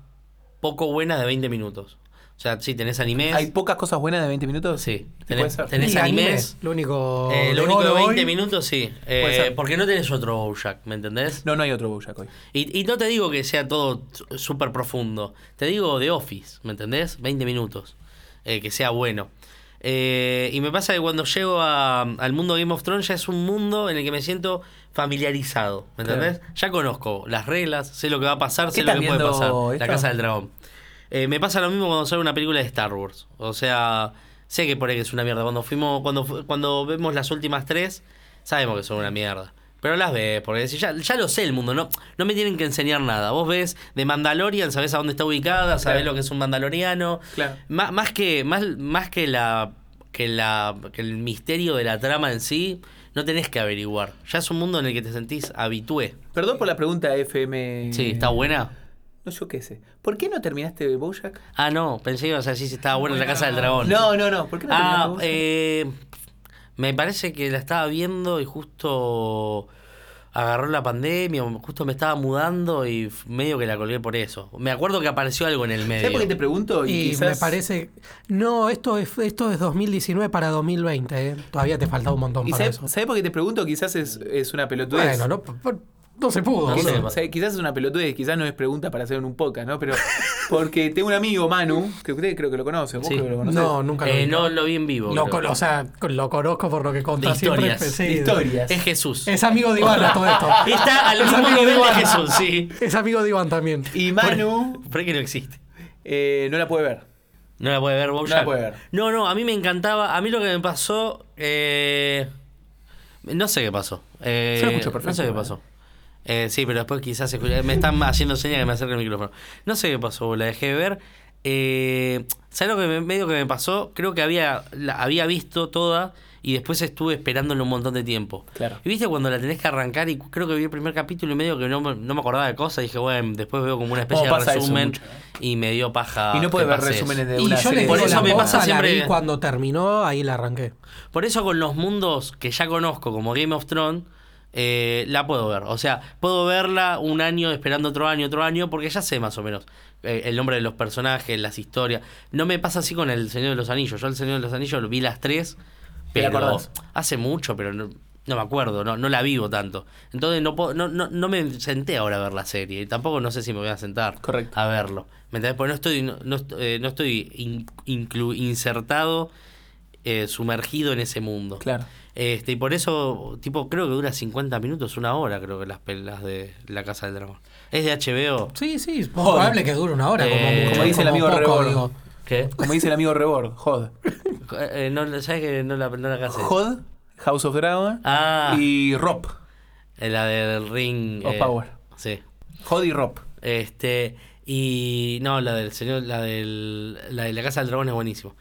[SPEAKER 2] poco buenas de 20 minutos. O sea, sí, tenés animes.
[SPEAKER 1] ¿Hay pocas cosas buenas de 20 minutos?
[SPEAKER 2] Sí.
[SPEAKER 1] Puede
[SPEAKER 2] Tenés,
[SPEAKER 1] ser.
[SPEAKER 2] tenés
[SPEAKER 3] Y
[SPEAKER 2] animes.
[SPEAKER 3] Lo único.
[SPEAKER 2] Eh, lo
[SPEAKER 3] de
[SPEAKER 2] único de
[SPEAKER 3] oro
[SPEAKER 2] 20
[SPEAKER 3] hoy-
[SPEAKER 2] minutos, sí. Eh,
[SPEAKER 1] Puede ser.
[SPEAKER 2] porque no tenés otro Bojack, ¿me entendés?
[SPEAKER 1] No, no hay otro Bojack hoy.
[SPEAKER 2] Y, y no te digo que sea todo s- súper profundo. Te digo de Office, ¿me entendés? 20 minutos. eh, que sea bueno. Eh, y me pasa que cuando llego a- al mundo de Game of Thrones ya es un mundo en el que me siento familiarizado. ¿Me entendés? Ya conozco las reglas, sé lo que va a pasar, sé lo
[SPEAKER 1] estás
[SPEAKER 2] que puede
[SPEAKER 1] viendo
[SPEAKER 2] pasar.
[SPEAKER 1] esta?
[SPEAKER 2] La Casa del Dragón. Eh, me pasa lo mismo cuando sale una película de Star Wars. O sea, sé que por ahí que es una mierda. Cuando fuimos, cuando, fu- cuando vemos las últimas tres, sabemos que son una mierda. Pero las ves, porque si ya, ya lo sé el mundo, no, no me tienen que enseñar nada. Vos ves de Mandalorian, sabés a dónde está ubicada, sabés
[SPEAKER 1] Claro.
[SPEAKER 2] lo que es un mandaloriano.
[SPEAKER 1] Claro.
[SPEAKER 2] Má- más que, más, más que la que la que el misterio de la trama en sí, no tenés que averiguar. Ya es un mundo en el que te sentís habitué.
[SPEAKER 1] Perdón por la pregunta FM.
[SPEAKER 2] Sí, ¿está buena?
[SPEAKER 1] No, yo qué sé. ¿Por qué no terminaste Bojack?
[SPEAKER 2] Ah, no, pensé que ibas a decir si estaba buena la casa del dragón.
[SPEAKER 1] No, no, no. ¿Por qué no terminaste
[SPEAKER 2] Ah,
[SPEAKER 1] Bojack?
[SPEAKER 2] eh, me parece que la estaba viendo y justo agarró la pandemia, o justo me estaba mudando y f- medio que la colgué por eso. Me acuerdo que apareció algo en el medio.
[SPEAKER 1] ¿Sabes por qué te pregunto?
[SPEAKER 3] Y
[SPEAKER 1] quizás-
[SPEAKER 3] me parece. No, esto es, esto es 2019 para 2020, ¿eh? Todavía te falta un montón
[SPEAKER 1] ¿Y
[SPEAKER 3] para
[SPEAKER 1] sabes,
[SPEAKER 3] eso.
[SPEAKER 1] sabes por qué te pregunto? Quizás es, es una pelotudez.
[SPEAKER 3] Bueno, no, por- no se pudo.
[SPEAKER 2] No
[SPEAKER 3] boludo.
[SPEAKER 2] sé.
[SPEAKER 1] O sea, quizás es una pelotudez, quizás no es pregunta para hacer en un podcast, ¿no? Pero porque tengo un amigo, Manu, que usted creo que lo conoce, vos
[SPEAKER 2] Sí.
[SPEAKER 1] creo que lo conocés.
[SPEAKER 3] No, nunca lo
[SPEAKER 2] Eh,
[SPEAKER 3] vi.
[SPEAKER 2] no lo vi en vivo.
[SPEAKER 3] Lo
[SPEAKER 2] creo.
[SPEAKER 3] con- o sea, lo conozco por lo que contó
[SPEAKER 2] De
[SPEAKER 3] siempre. pues
[SPEAKER 2] historias,
[SPEAKER 3] sí,
[SPEAKER 1] De historias.
[SPEAKER 2] Es Jesús.
[SPEAKER 3] Es amigo de Iván a todo esto.
[SPEAKER 2] Está al
[SPEAKER 3] Es
[SPEAKER 2] mismo
[SPEAKER 3] amigo de
[SPEAKER 2] nivel de
[SPEAKER 3] Iván.
[SPEAKER 2] Jesús, sí.
[SPEAKER 3] Es amigo de Iván también.
[SPEAKER 1] Y Manu
[SPEAKER 2] Por ahí que no existe.
[SPEAKER 1] eh, no la puede ver.
[SPEAKER 2] No la puede ver, Bojack.
[SPEAKER 1] No la puede ver.
[SPEAKER 2] No, no, a mí me encantaba. A mí lo que me pasó. eh, no sé qué pasó. Eh,
[SPEAKER 1] Se lo escucho perfecto,
[SPEAKER 2] No sé qué
[SPEAKER 1] eh.
[SPEAKER 2] pasó. Eh, sí, pero después quizás se escucha- me están haciendo señas que me acerque el micrófono. No sé qué pasó, la dejé de ver. Eh, ¿Sabes lo que me, medio que me pasó? Creo que había, la había visto toda y después estuve esperándola un montón de tiempo.
[SPEAKER 1] Claro.
[SPEAKER 2] Y viste cuando la tenés que arrancar y creo que vi el primer capítulo y medio que no, me- no me acordaba de cosas. Dije, bueno, después veo como una especie
[SPEAKER 1] Oh,
[SPEAKER 2] de
[SPEAKER 1] pasa eso
[SPEAKER 2] resumen
[SPEAKER 1] mucho,
[SPEAKER 2] y me dio paja.
[SPEAKER 1] y no puede
[SPEAKER 2] que
[SPEAKER 1] ver
[SPEAKER 2] pase eso.
[SPEAKER 1] resúmenes de
[SPEAKER 3] Y
[SPEAKER 1] una
[SPEAKER 3] yo le
[SPEAKER 1] serie.
[SPEAKER 2] Por
[SPEAKER 3] digo
[SPEAKER 2] eso
[SPEAKER 3] la
[SPEAKER 2] me pasa
[SPEAKER 3] posta, la vi
[SPEAKER 2] siempre-
[SPEAKER 3] cuando terminó, ahí la arranqué.
[SPEAKER 2] Por eso con los mundos que ya conozco, como Game of Thrones, eh, la puedo ver. O sea, puedo verla un año esperando otro año, otro año, porque ya sé más o menos eh, el nombre de los personajes, las historias. No me pasa así con El Señor de los Anillos. Yo El Señor de los Anillos lo vi las tres,
[SPEAKER 1] ¿Te
[SPEAKER 2] pero
[SPEAKER 1] acordás?
[SPEAKER 2] hace mucho, pero no, no me acuerdo, no, no la vivo tanto. Entonces no, puedo- no, no, no me senté ahora a ver la serie. Y tampoco no sé si me voy a sentar
[SPEAKER 1] Correcto.
[SPEAKER 2] a verlo. ¿Me entendés? Porque no estoy, no, no est- eh, no estoy in- inclu- insertado eh, sumergido en ese mundo.
[SPEAKER 1] Claro.
[SPEAKER 2] Este, y por eso, tipo, creo que dura 50 minutos, una hora, creo que las pelas de La Casa del Dragón. Es de HBO.
[SPEAKER 3] Sí, sí, es probable que dure una hora.
[SPEAKER 2] Eh,
[SPEAKER 3] mucho,
[SPEAKER 2] como dice
[SPEAKER 1] el amigo Rebord.
[SPEAKER 3] digo.
[SPEAKER 2] ¿Qué?
[SPEAKER 1] Como dice el amigo Rebord, Jod.
[SPEAKER 2] Eh, no, ¿Sabes que no la, no la casé?
[SPEAKER 1] Jod, House of Dragon
[SPEAKER 2] Ah,
[SPEAKER 1] y Rob.
[SPEAKER 2] eh, la del Ring. eh,
[SPEAKER 1] Of Power.
[SPEAKER 2] Sí.
[SPEAKER 1] Jod y Rob.
[SPEAKER 2] Este, y no, la del señor, la del, la de la Casa del Dragón es buenísimo.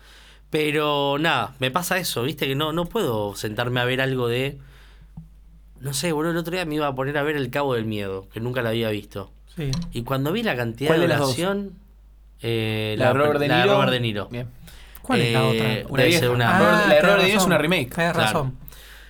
[SPEAKER 2] Pero nada, me pasa eso, viste, que no, no puedo sentarme a ver algo de. No sé, boludo, el otro día me iba a poner a ver El Cabo del Miedo, que nunca la había visto.
[SPEAKER 3] Sí.
[SPEAKER 2] Y cuando vi la cantidad
[SPEAKER 1] ¿Cuál
[SPEAKER 2] de
[SPEAKER 1] de las dos?
[SPEAKER 2] oración. eh,
[SPEAKER 1] La, de Robert De
[SPEAKER 2] la
[SPEAKER 1] Niro.
[SPEAKER 2] Robert De Niro.
[SPEAKER 1] Bien.
[SPEAKER 3] ¿Cuál es la
[SPEAKER 2] Eh,
[SPEAKER 3] otra?
[SPEAKER 2] Una
[SPEAKER 1] Debe
[SPEAKER 2] vieja.
[SPEAKER 1] ser
[SPEAKER 2] una-
[SPEAKER 1] una- Robert- la de
[SPEAKER 3] Ah, tenés
[SPEAKER 1] Robert De Niro es
[SPEAKER 3] razón.
[SPEAKER 1] una remake.
[SPEAKER 3] Tenés
[SPEAKER 2] Claro.
[SPEAKER 3] razón.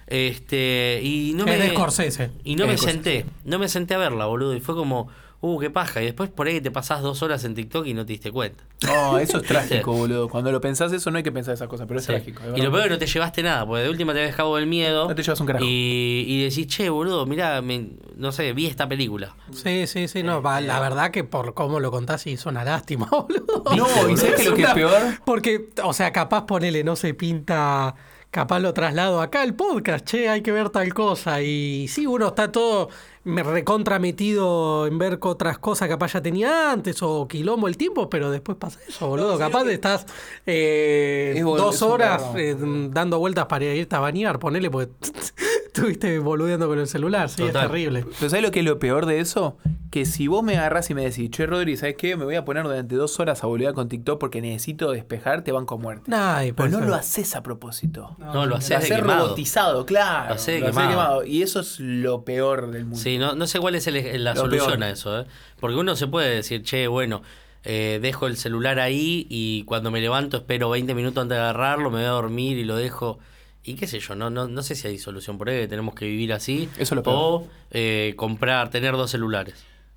[SPEAKER 2] Este, y no
[SPEAKER 3] es
[SPEAKER 2] me.
[SPEAKER 3] de Scorsese.
[SPEAKER 2] Y no
[SPEAKER 1] Es
[SPEAKER 2] me
[SPEAKER 1] de Scorsese.
[SPEAKER 2] senté, no me senté a verla, boludo. Y fue como, Uh, qué paja. Y después por ahí te pasás dos horas en TikTok y no te diste cuenta.
[SPEAKER 1] No, eso es trágico, boludo. Cuando lo pensás eso no hay que pensar esas cosas, pero es
[SPEAKER 2] Sí.
[SPEAKER 1] trágico. de
[SPEAKER 2] Y
[SPEAKER 1] verdad.
[SPEAKER 2] lo peor es que no te llevaste nada, porque de última te habías cabo del miedo.
[SPEAKER 1] No te llevas un carajo.
[SPEAKER 2] Y, y decís, che, boludo, mirá, me- no sé, vi esta película.
[SPEAKER 3] Sí, sí, sí. No, va, la verdad que por cómo lo contás sí suena lástima, boludo.
[SPEAKER 1] No, y sabes que lo que es peor.
[SPEAKER 3] Porque, o sea, capaz ponele, no se pinta, capaz lo traslado acá al podcast, che, hay que ver tal cosa. Y sí, uno está todo me recontra metido en ver co- otras cosas capaz ya tenía antes o quilombo el tiempo, pero después pasa eso, boludo. capaz estás eh,
[SPEAKER 1] Es bol-
[SPEAKER 3] dos
[SPEAKER 1] es un
[SPEAKER 3] horas
[SPEAKER 1] garrón.
[SPEAKER 3] eh, dando vueltas para irte a bañar, ponele, porque estuviste boludeando con el celular, sí,
[SPEAKER 2] Total.
[SPEAKER 3] es terrible.
[SPEAKER 1] Pero ¿sabes lo que es lo peor de eso? Que si vos me agarrás y me decís, che, Rodri, ¿sabes qué? Me voy a poner durante dos horas a boludear con TikTok porque necesito despejar, te banco a muerte.
[SPEAKER 3] Ay,
[SPEAKER 1] Pero
[SPEAKER 3] pues
[SPEAKER 1] no lo haces a propósito.
[SPEAKER 2] No, lo
[SPEAKER 1] Lo
[SPEAKER 2] hacés de
[SPEAKER 1] haces
[SPEAKER 2] quemado.
[SPEAKER 1] robotizado, claro.
[SPEAKER 2] Lo hacés
[SPEAKER 1] Lo hacés
[SPEAKER 2] quemado.
[SPEAKER 1] Y eso es lo peor del mundo.
[SPEAKER 2] Sí, no, no sé cuál es el- la
[SPEAKER 1] Lo
[SPEAKER 2] solución
[SPEAKER 1] peor.
[SPEAKER 2] a eso, ¿eh? Porque uno se puede decir, che, bueno, eh, dejo el celular ahí y cuando me levanto espero 20 minutos antes de agarrarlo, me voy a dormir y lo dejo. Y qué sé yo, no, no, no sé si hay solución por ahí, tenemos que vivir así.
[SPEAKER 1] Eso es lo peor.
[SPEAKER 2] o eh, comprar, tener dos celulares,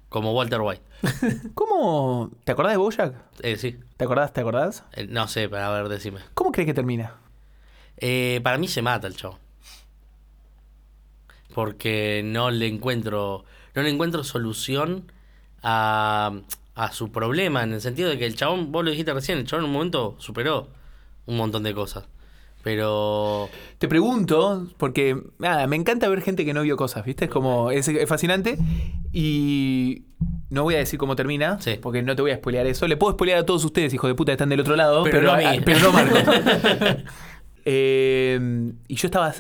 [SPEAKER 2] como Walter White.
[SPEAKER 1] ¿Cómo? ¿Te acordás de Bojack?
[SPEAKER 2] Eh, sí,
[SPEAKER 1] ¿Te acordás? ¿Te acordás?
[SPEAKER 2] Eh, no sé, para ver, decime.
[SPEAKER 1] ¿Cómo crees que termina?
[SPEAKER 2] Eh, para mí se mata el chavo. Porque no le encuentro. No le encuentro solución a, a su problema. En el sentido de que el chabón, vos lo dijiste recién, el chabón en un momento superó un montón de cosas. Pero.
[SPEAKER 1] Te pregunto, porque nada, me encanta ver gente que no vio cosas, ¿viste? Es como, es, es fascinante. Y no voy a decir cómo termina,
[SPEAKER 2] Sí.
[SPEAKER 1] porque no te voy a spoilear eso. Le puedo spoilear a todos ustedes, hijos de puta, que están del otro lado,
[SPEAKER 2] Pero
[SPEAKER 1] pero,
[SPEAKER 2] no
[SPEAKER 1] no,
[SPEAKER 2] a mí.
[SPEAKER 1] a- pero no a Marco. Eh, y yo estaba,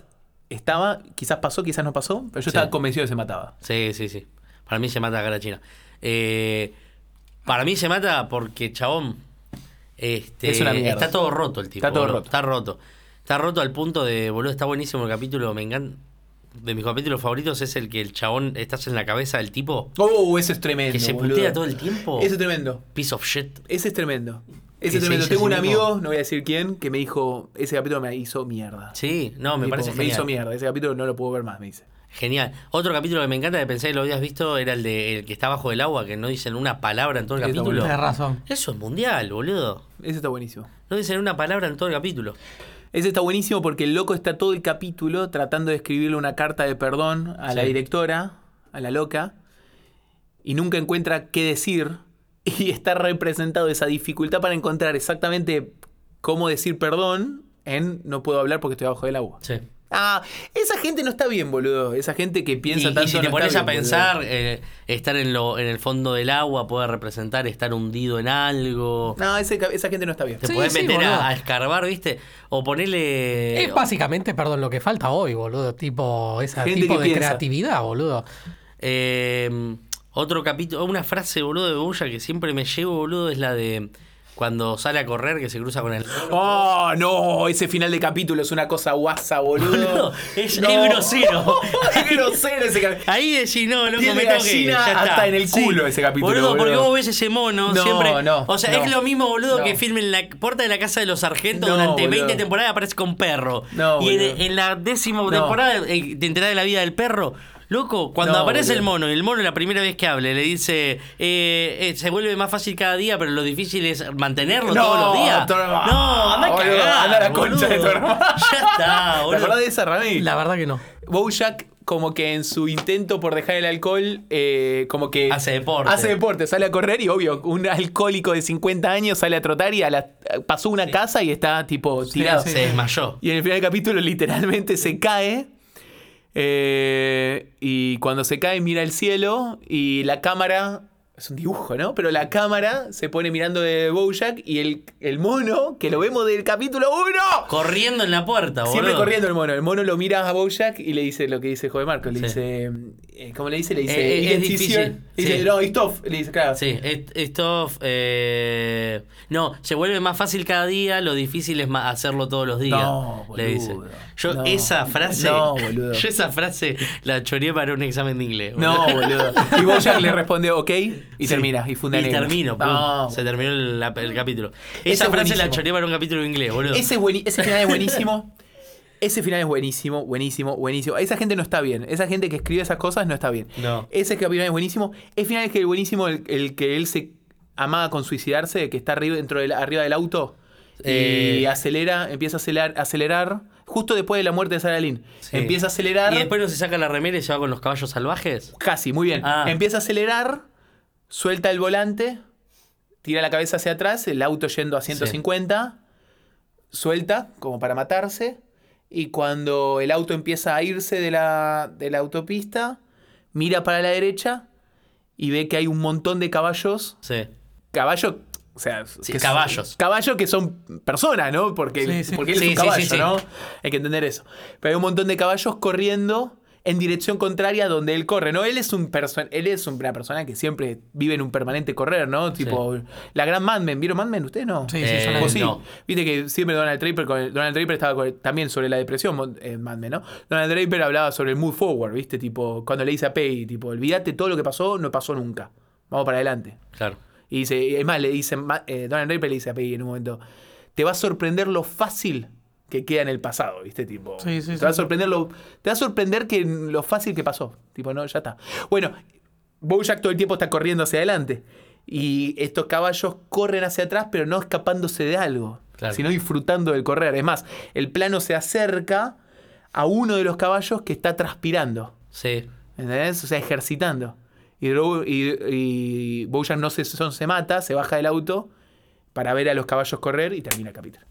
[SPEAKER 1] estaba, quizás pasó, quizás no pasó, pero yo
[SPEAKER 2] Sí.
[SPEAKER 1] estaba convencido de que se mataba.
[SPEAKER 2] Sí, sí, sí. Para mí se mata acá la China. Eh, para mí se mata porque, chabón, este,
[SPEAKER 1] Es una mierda.
[SPEAKER 2] está todo roto el tipo.
[SPEAKER 1] Está todo
[SPEAKER 2] boludo.
[SPEAKER 1] roto.
[SPEAKER 2] Está roto. Está roto al punto de, boludo, está buenísimo el capítulo. Me encanta. De mis capítulos favoritos es el que el chabón estás en la cabeza del tipo
[SPEAKER 1] Oh, eso es tremendo.
[SPEAKER 2] que se
[SPEAKER 1] boludo.
[SPEAKER 2] putea todo el tiempo.
[SPEAKER 1] Eso es tremendo.
[SPEAKER 2] Piece of shit.
[SPEAKER 1] Ese es tremendo.
[SPEAKER 2] Que
[SPEAKER 1] Ese
[SPEAKER 2] se
[SPEAKER 1] es tremendo.
[SPEAKER 2] hizo
[SPEAKER 1] Tengo un
[SPEAKER 2] así mismo.
[SPEAKER 1] amigo, no voy a decir quién, que me dijo, ese capítulo me hizo mierda.
[SPEAKER 2] Sí, no, me
[SPEAKER 1] Tipo,
[SPEAKER 2] parece
[SPEAKER 1] Me hizo
[SPEAKER 2] genial.
[SPEAKER 1] mierda. Ese capítulo no lo puedo ver más, me dice.
[SPEAKER 2] Genial. Otro capítulo que me encanta, que pensé que lo habías visto, era el de el que está bajo el agua, que no dicen una palabra en todo el
[SPEAKER 1] Eso,
[SPEAKER 2] capítulo.
[SPEAKER 1] boludo.
[SPEAKER 3] Tenés razón.
[SPEAKER 2] Eso es mundial, boludo.
[SPEAKER 1] Ese está buenísimo.
[SPEAKER 2] No dicen una palabra en todo el capítulo.
[SPEAKER 1] Ese está buenísimo porque el loco está todo el capítulo tratando de escribirle una carta de perdón a la
[SPEAKER 2] Sí.
[SPEAKER 1] directora, a la loca, y nunca encuentra qué decir. Y está representado esa dificultad para encontrar exactamente cómo decir perdón en no puedo hablar porque estoy abajo del agua.
[SPEAKER 2] Sí.
[SPEAKER 1] Ah, esa gente no está bien, boludo. Esa gente que
[SPEAKER 2] Y,
[SPEAKER 1] piensa
[SPEAKER 2] y
[SPEAKER 1] tanto.
[SPEAKER 2] si te
[SPEAKER 1] no
[SPEAKER 2] pones
[SPEAKER 1] está
[SPEAKER 2] a
[SPEAKER 1] bien, boludo.
[SPEAKER 2] pensar, eh, estar en, lo, en el fondo del agua puede representar estar hundido en algo.
[SPEAKER 1] No, ese ca- esa gente no está bien.
[SPEAKER 2] Te
[SPEAKER 3] Sí,
[SPEAKER 2] podés
[SPEAKER 3] sí,
[SPEAKER 2] meter
[SPEAKER 3] boludo.
[SPEAKER 2] a, a escarbar, ¿viste? O ponerle.
[SPEAKER 3] Es básicamente, perdón, lo que falta hoy, boludo. Tipo, ese
[SPEAKER 1] Gente
[SPEAKER 3] tipo
[SPEAKER 1] que
[SPEAKER 3] de
[SPEAKER 1] piensa.
[SPEAKER 3] creatividad, boludo.
[SPEAKER 2] Eh, otro capítulo, una frase, boludo, de Bulla que siempre me llevo, boludo, es la de cuando sale a correr que se cruza con el.
[SPEAKER 1] Oh, no, ese final de capítulo es una cosa guasa, boludo.
[SPEAKER 2] Boludo, es-
[SPEAKER 1] No.
[SPEAKER 2] es grosero.
[SPEAKER 1] es grosero ese capítulo.
[SPEAKER 2] Ahí decís, no, loco,
[SPEAKER 1] Tiene
[SPEAKER 2] me tengo que ir,
[SPEAKER 1] gallina
[SPEAKER 2] ya está.
[SPEAKER 1] hasta en el
[SPEAKER 2] Sí.
[SPEAKER 1] culo ese capítulo,
[SPEAKER 2] Boludo, porque
[SPEAKER 1] boludo.
[SPEAKER 2] vos ves ese mono
[SPEAKER 1] No,
[SPEAKER 2] siempre.
[SPEAKER 1] no,
[SPEAKER 2] o sea,
[SPEAKER 1] no.
[SPEAKER 2] es lo mismo, boludo,
[SPEAKER 1] No.
[SPEAKER 2] que firme en la puerta de la casa de los sargentos
[SPEAKER 1] No,
[SPEAKER 2] durante
[SPEAKER 1] boludo.
[SPEAKER 2] 20 temporadas aparece con perro.
[SPEAKER 1] No,
[SPEAKER 2] y en,
[SPEAKER 1] boludo.
[SPEAKER 2] en la décima
[SPEAKER 1] No.
[SPEAKER 2] temporada eh, te enterás de la vida del perro. Loco, cuando
[SPEAKER 1] No,
[SPEAKER 2] aparece
[SPEAKER 1] boludo.
[SPEAKER 2] el mono, y el mono la primera vez que hable le dice, eh, eh, se vuelve más fácil cada día, pero lo difícil es mantenerlo
[SPEAKER 1] No,
[SPEAKER 2] todos los días.
[SPEAKER 1] todo- Ah,
[SPEAKER 2] no, anda a
[SPEAKER 1] boludo,
[SPEAKER 2] cagar,
[SPEAKER 1] anda a la concha
[SPEAKER 2] boludo.
[SPEAKER 1] de tu hermano.
[SPEAKER 2] Ya está,
[SPEAKER 1] ¿Te
[SPEAKER 2] boludo.
[SPEAKER 1] acordás de esa, Rami?
[SPEAKER 3] La verdad que no.
[SPEAKER 1] Bojack como que en su intento por dejar el alcohol, eh, como que...
[SPEAKER 2] Hace deporte.
[SPEAKER 1] Hace deporte, sale a correr y obvio, un alcohólico de 50 años sale a trotar y a la- pasó una casa y está tipo tirado.
[SPEAKER 2] Se desmayó.
[SPEAKER 1] Y en el final del capítulo literalmente se cae. eh, y cuando se cae mira el cielo y la cámara... Es un dibujo, ¿no? Pero la cámara se pone mirando de Bojack y el, el mono, que lo vemos del capítulo 1,
[SPEAKER 2] Corriendo en la puerta, boludo.
[SPEAKER 1] Siempre corriendo el mono. El mono lo mira a Bojack y le dice lo que dice Joven Marco. Le
[SPEAKER 2] Sí.
[SPEAKER 1] dice. eh, ¿Cómo le dice? Le dice.
[SPEAKER 2] Eh, eh, es
[SPEAKER 1] "Indecisión".
[SPEAKER 2] difícil.
[SPEAKER 1] Le dice,
[SPEAKER 2] Sí.
[SPEAKER 1] no, it's tough". Le dice, claro.
[SPEAKER 2] Sí, est- esto. eh, no, se vuelve más fácil cada día, lo difícil es ma- hacerlo todos los días.
[SPEAKER 1] No, boludo.
[SPEAKER 2] Le dice. Yo
[SPEAKER 1] No.
[SPEAKER 2] esa frase.
[SPEAKER 1] No, boludo.
[SPEAKER 2] Yo esa frase la choreé para un examen de inglés.
[SPEAKER 1] No, boludo.
[SPEAKER 2] boludo.
[SPEAKER 1] Y Bojack le responde, ok, y termina. Y funda
[SPEAKER 2] Y
[SPEAKER 1] negro.
[SPEAKER 2] termino, pum,
[SPEAKER 1] No,
[SPEAKER 2] se terminó el, la- el capítulo.
[SPEAKER 1] Ese
[SPEAKER 2] Esa
[SPEAKER 1] es
[SPEAKER 2] frase la
[SPEAKER 1] buenísimo.
[SPEAKER 2] choreé para un capítulo de inglés, boludo.
[SPEAKER 1] Ese, es bueni- ese final es buenísimo. Ese final es buenísimo, buenísimo, buenísimo. Esa gente no está bien. Esa gente que escribe esas cosas no está bien.
[SPEAKER 2] No.
[SPEAKER 1] Ese final es buenísimo. Es final que es buenísimo el, el que él se amaba con suicidarse, que está arriba, dentro del, arriba del auto y
[SPEAKER 2] Eh.
[SPEAKER 1] acelera, empieza a acelerar, acelerar justo después de la muerte de Sarah Lynn.
[SPEAKER 2] Sí.
[SPEAKER 1] Empieza a acelerar.
[SPEAKER 2] Y después no se saca la remera y se va con los caballos salvajes.
[SPEAKER 1] Casi, muy bien.
[SPEAKER 2] Ah.
[SPEAKER 1] Empieza a acelerar, suelta el volante, tira la cabeza hacia atrás, el auto yendo a 150, suelta como para matarse, y cuando el auto empieza a irse de la, de la autopista, mira para la derecha y ve que hay un montón de caballos.
[SPEAKER 2] Sí.
[SPEAKER 1] Caballos, o sea,
[SPEAKER 2] Sí,
[SPEAKER 1] que son-
[SPEAKER 2] caballos.
[SPEAKER 1] caballos que son personas, ¿no? Porque,
[SPEAKER 3] Sí, sí.
[SPEAKER 1] porque él es
[SPEAKER 2] Sí,
[SPEAKER 1] un
[SPEAKER 2] sí,
[SPEAKER 1] caballo,
[SPEAKER 2] sí, sí.
[SPEAKER 1] ¿no? Hay que entender eso. Pero hay un montón de caballos corriendo en dirección contraria a donde él corre, ¿no? Él es un perso- él es una persona que siempre vive en un permanente correr, ¿no? Tipo la gran Mad Men, ¿vieron Mad Men ustedes no?
[SPEAKER 3] Sí, sí,
[SPEAKER 2] Eh,
[SPEAKER 3] yo la
[SPEAKER 1] O
[SPEAKER 3] vi.
[SPEAKER 1] sí.
[SPEAKER 2] no.
[SPEAKER 1] Viste que siempre Donald Draper, con- Donald Draper estaba con- también sobre la depresión, mon- eh, Mad Men, ¿no? Donald Draper hablaba sobre el move forward, ¿viste? Tipo, cuando le dice a Peggy, tipo, olvídate todo lo que pasó, no pasó nunca. Vamos para adelante.
[SPEAKER 2] Claro.
[SPEAKER 1] Y dice, es más, le dice, ma- eh, Donald Draper le dice a Peggy en un momento, te va a sorprender lo fácil que queda en el pasado, ¿viste? Tipo,
[SPEAKER 3] Sí, sí,
[SPEAKER 1] te
[SPEAKER 3] sí.
[SPEAKER 1] va a sorprender lo, te va a sorprender que lo fácil que pasó. Tipo, no, ya está. Bueno, Bojack todo el tiempo está corriendo hacia adelante. Y estos caballos corren hacia atrás, pero no escapándose de algo,
[SPEAKER 2] Claro.
[SPEAKER 1] sino disfrutando del correr. Es más, el plano se acerca a uno de los caballos que está transpirando.
[SPEAKER 2] Sí.
[SPEAKER 1] ¿Entendés? O sea, ejercitando. Y, Ro- y, y Bojack no se, son- se mata, se baja del auto para ver a los caballos correr y termina el capítulo.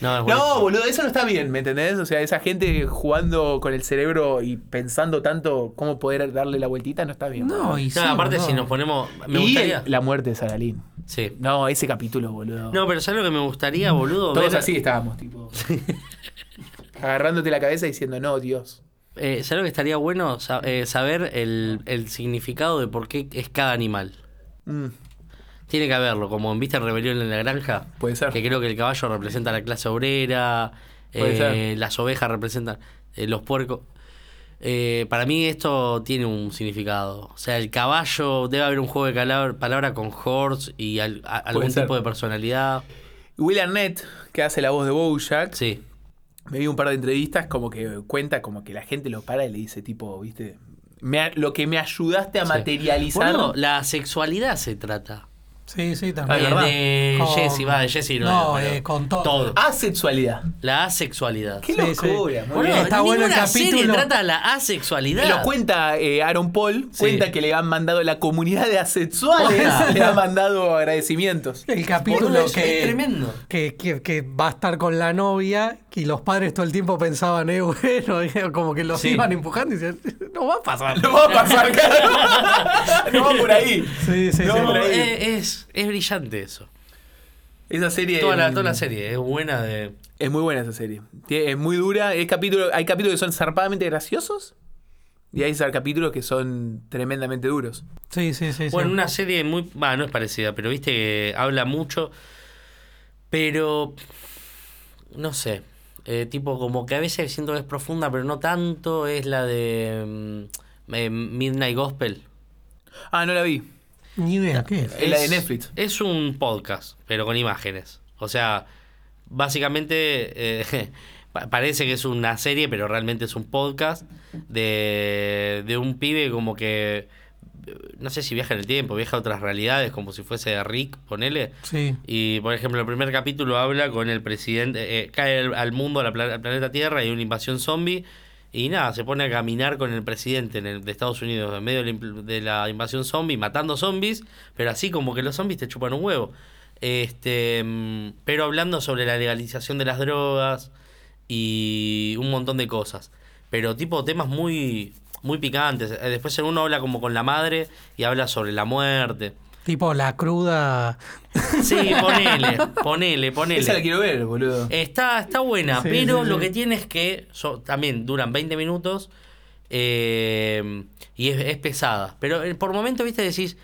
[SPEAKER 2] No, es
[SPEAKER 1] No,
[SPEAKER 2] buenísimo.
[SPEAKER 1] boludo, eso no está bien, ¿me entendés? O sea, esa gente jugando con el cerebro y pensando tanto cómo poder darle la vueltita no está bien.
[SPEAKER 3] No, y sí,
[SPEAKER 2] No, aparte,
[SPEAKER 3] no.
[SPEAKER 2] si nos ponemos. Me
[SPEAKER 1] y el-
[SPEAKER 2] gustaría.
[SPEAKER 1] la muerte de Saralín.
[SPEAKER 2] Sí.
[SPEAKER 1] No, ese capítulo, boludo.
[SPEAKER 2] No, pero ¿sabes lo que me gustaría, boludo?
[SPEAKER 1] Todos
[SPEAKER 2] Ver-
[SPEAKER 1] así estábamos, tipo. agarrándote la cabeza diciendo, no, Dios.
[SPEAKER 2] Eh, ¿Sabes lo que estaría bueno? Sa- eh, saber el, el significado de por qué es cada animal.
[SPEAKER 1] Mm,
[SPEAKER 2] Tiene que haberlo, como en Vista en Rebelión en la Granja.
[SPEAKER 1] Puede ser.
[SPEAKER 2] Que creo que el caballo representa la clase obrera,
[SPEAKER 1] Puede
[SPEAKER 2] eh,
[SPEAKER 1] ser.
[SPEAKER 2] las ovejas representan eh, los puercos. Eh, para mí esto tiene un significado. O sea, el caballo, debe haber un juego de palabras con horse y al- a- algún
[SPEAKER 1] ser.
[SPEAKER 2] tipo de personalidad.
[SPEAKER 1] Will Arnett, que hace la voz de Bojack,
[SPEAKER 2] Sí,
[SPEAKER 1] me vi un par de entrevistas como que cuenta como que la gente lo para y le dice tipo, viste, me a- lo que me ayudaste a
[SPEAKER 2] Sí.
[SPEAKER 1] materializar.
[SPEAKER 2] Boludo, la sexualidad se trata.
[SPEAKER 3] Sí, sí,
[SPEAKER 1] Ah,
[SPEAKER 2] Eh,
[SPEAKER 1] ¿verdad?
[SPEAKER 3] también.
[SPEAKER 2] de
[SPEAKER 3] Con-
[SPEAKER 2] Jesse, va, de Jesse no.
[SPEAKER 3] No,
[SPEAKER 2] pero-
[SPEAKER 3] eh, con todo.
[SPEAKER 1] Asexualidad.
[SPEAKER 2] La asexualidad.
[SPEAKER 1] Qué
[SPEAKER 3] Sí, sí.
[SPEAKER 1] locura, boludo.
[SPEAKER 2] Boludo,
[SPEAKER 3] Está bueno el
[SPEAKER 2] ninguna serie
[SPEAKER 3] capítulo.
[SPEAKER 2] trata la asexualidad.
[SPEAKER 1] Lo cuenta eh, Aaron Paul,
[SPEAKER 2] Sí.
[SPEAKER 1] cuenta que le han mandado la comunidad de asexuales,
[SPEAKER 2] Hola.
[SPEAKER 1] le han mandado agradecimientos.
[SPEAKER 3] El
[SPEAKER 2] Boludo,
[SPEAKER 3] capítulo
[SPEAKER 2] es-
[SPEAKER 3] que,
[SPEAKER 2] es tremendo.
[SPEAKER 3] Que, que- que va a estar con la novia y los padres todo el tiempo pensaban, eh, bueno, eh, como que los
[SPEAKER 2] Sí.
[SPEAKER 3] iban empujando y decían, no va a pasar.
[SPEAKER 1] No va a pasar, claro. No va por ahí.
[SPEAKER 3] Sí, sí,
[SPEAKER 1] No,
[SPEAKER 3] sí.
[SPEAKER 1] por ahí.
[SPEAKER 2] Eh, es, es brillante eso.
[SPEAKER 1] Esa serie
[SPEAKER 2] Toda la,
[SPEAKER 1] mm,
[SPEAKER 2] toda
[SPEAKER 3] Em.
[SPEAKER 2] la serie es buena de.
[SPEAKER 1] es muy buena esa serie. Tie- Es muy dura, es capítulo, hay capítulos que son zarpadamente graciosos y hay capítulos que son tremendamente duros.
[SPEAKER 3] Sí, sí, sí. sí.
[SPEAKER 2] Bueno, una serie muy. Va, no es parecida, pero viste que habla mucho. Pero. No sé. Eh, tipo, como que a veces siento que es profunda, pero no tanto. Es la de. mm, eh, Midnight Gospel.
[SPEAKER 1] Ah, no la vi.
[SPEAKER 3] Ni idea qué es.
[SPEAKER 1] Es la de Netflix.
[SPEAKER 2] Es un podcast, pero con imágenes. O sea, básicamente eh, pa- parece que es una serie, pero realmente es un podcast de, de un pibe como que, eh, no sé si viaja en el tiempo, viaja a otras realidades, como si fuese Rick, ponele.
[SPEAKER 3] Sí.
[SPEAKER 2] Y, por ejemplo, el primer capítulo habla con el presidente, eh, cae el- al mundo, a la pla- al planeta Tierra, hay una invasión zombie. Y nada, se pone a caminar con el presidente en el- de Estados Unidos en medio de la, impl- de la invasión zombie, matando zombies, pero así como que los zombies te chupan un huevo. Este, mm, pero hablando sobre la legalización de las drogas y un montón de cosas. Pero tipo temas muy, muy picantes. Eh, Después en uno habla como con la madre y habla sobre la muerte.
[SPEAKER 3] Tipo la cruda.
[SPEAKER 2] Sí, ponele, ponele, ponele.
[SPEAKER 1] Esa la quiero ver, boludo.
[SPEAKER 2] Está, está buena,
[SPEAKER 3] Sí,
[SPEAKER 2] pero
[SPEAKER 3] sí, sí.
[SPEAKER 2] lo que tiene es que so- también duran 20 minutos eh, y es, es pesada. Pero eh, por momento, viste, decís,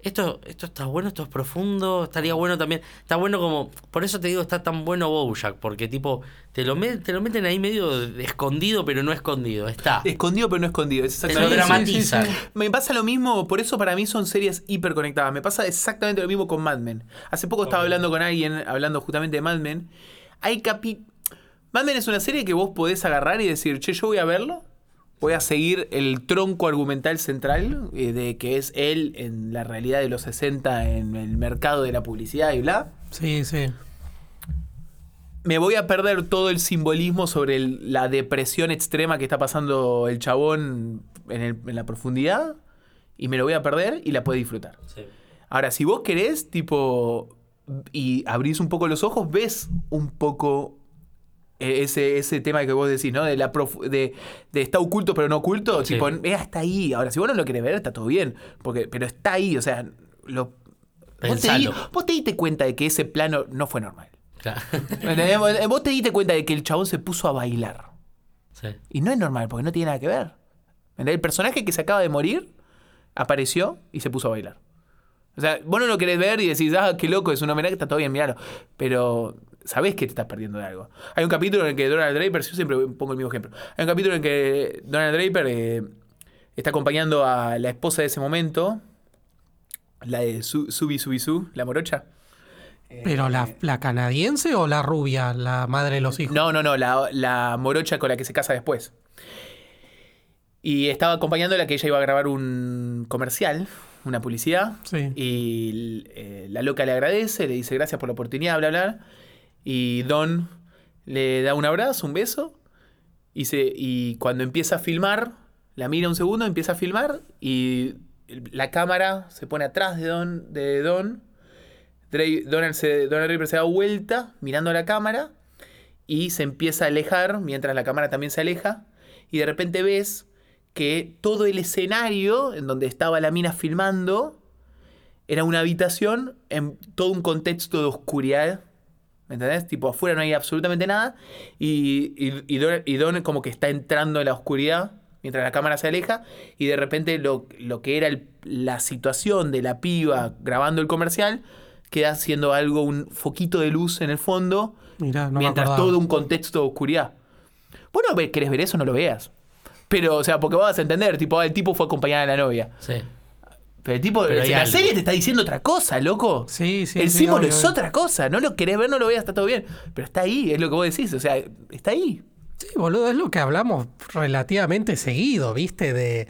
[SPEAKER 2] esto, esto está bueno, esto es profundo, estaría bueno también. Está bueno como, por eso te digo, está tan bueno Bojack, porque tipo, te lo, met- te lo meten ahí medio de- escondido, pero no escondido, está.
[SPEAKER 1] Escondido pero no escondido. Es
[SPEAKER 2] Te lo
[SPEAKER 1] exactamente-
[SPEAKER 3] Sí, drama-
[SPEAKER 2] dramatizan.
[SPEAKER 3] sí, sí,
[SPEAKER 1] Me pasa lo mismo, por eso para mí son series hiperconectadas. Me pasa exactamente lo mismo con Mad Men. Hace poco estaba hablando con alguien, hablando justamente de Mad Men. Hay capi... Mad Men es una serie que vos podés agarrar y decir, che, yo voy a verlo. Voy a seguir el tronco argumental central eh, de que es él en la realidad de los 60 en el mercado de la publicidad y bla.
[SPEAKER 3] Sí, sí.
[SPEAKER 1] Me voy a perder todo el simbolismo sobre el- la depresión extrema que está pasando el chabón en, el- en la profundidad. Y me lo voy a perder y la puedo disfrutar.
[SPEAKER 2] Sí.
[SPEAKER 1] Ahora, si vos querés, tipo, y abrís un poco los ojos, ves un poco eh, ese, ese tema que vos decís, ¿no? De, la profu- de, de está oculto pero no oculto.
[SPEAKER 2] Sí.
[SPEAKER 1] Tipo, eh, está ahí. Ahora, si vos no lo querés ver, está todo bien. Porque, pero está ahí, o sea, lo... Vos te, di-
[SPEAKER 2] Pensalo.
[SPEAKER 1] vos te diste cuenta de que ese plano no fue normal.
[SPEAKER 2] Claro.
[SPEAKER 1] ¿Entendés? Vos- eh, Vos te diste cuenta de que el chabón se puso a bailar.
[SPEAKER 2] Sí.
[SPEAKER 1] Y no es normal, porque no tiene nada que ver. ¿Entendés? El personaje que se acaba de morir apareció y se puso a bailar. O sea, vos no lo querés ver y decís, ah, qué loco, es un homenaje, está todo bien, miralo. Pero sabés que te estás perdiendo de algo. Hay un capítulo en el que Donald Draper, yo siempre pongo el mismo ejemplo. Hay un capítulo en el que Donald Draper eh, está acompañando a la esposa de ese momento, la de Su- Subi Subi Su, la morocha.
[SPEAKER 3] ¿Pero la, la canadiense o la rubia, la madre de los hijos?
[SPEAKER 1] No, no, no, la, la morocha con la que se casa después. Y estaba acompañándola que ella iba a grabar un comercial, una publicidad.
[SPEAKER 3] Sí.
[SPEAKER 1] Y eh, la loca le agradece, le dice gracias por la oportunidad, bla, bla. Y Don le da un abrazo, un beso. Y, se, y cuando empieza a filmar, la mira un segundo, empieza a filmar y la cámara se pone atrás de Don. De Don. Dre- Donald, se, Donald Draper se da vuelta mirando a la cámara y se empieza a alejar mientras la cámara también se aleja y de repente ves que todo el escenario en donde estaba la mina filmando era una habitación en todo un contexto de oscuridad. ¿Me entendés? Tipo, afuera no hay absolutamente nada. Y, y, y Don, y Don como que está entrando en la oscuridad mientras la cámara se aleja. Y de repente lo, lo que era el- la situación de la piba grabando el comercial queda siendo algo, un foquito de luz en el fondo
[SPEAKER 3] Mirá, no me
[SPEAKER 1] mientras
[SPEAKER 3] acordaba.
[SPEAKER 1] todo un contexto de oscuridad. Vos no ve- querés ver eso, no lo veas. Pero, o sea, porque vas a entender, tipo, ah, el tipo fue a acompañar a la novia.
[SPEAKER 2] Sí.
[SPEAKER 1] Pero el tipo,
[SPEAKER 2] Pero hay
[SPEAKER 1] la
[SPEAKER 2] algo.
[SPEAKER 1] serie te está diciendo otra cosa, loco.
[SPEAKER 3] Sí, sí,
[SPEAKER 1] El
[SPEAKER 3] sí,
[SPEAKER 1] símbolo
[SPEAKER 3] obvio,
[SPEAKER 1] es
[SPEAKER 3] obvio.
[SPEAKER 1] otra cosa, no lo querés ver, no lo veas, está todo bien. Pero está ahí, es lo que vos decís, o sea, está ahí.
[SPEAKER 3] Sí, boludo, es lo que hablamos relativamente seguido, ¿viste? De,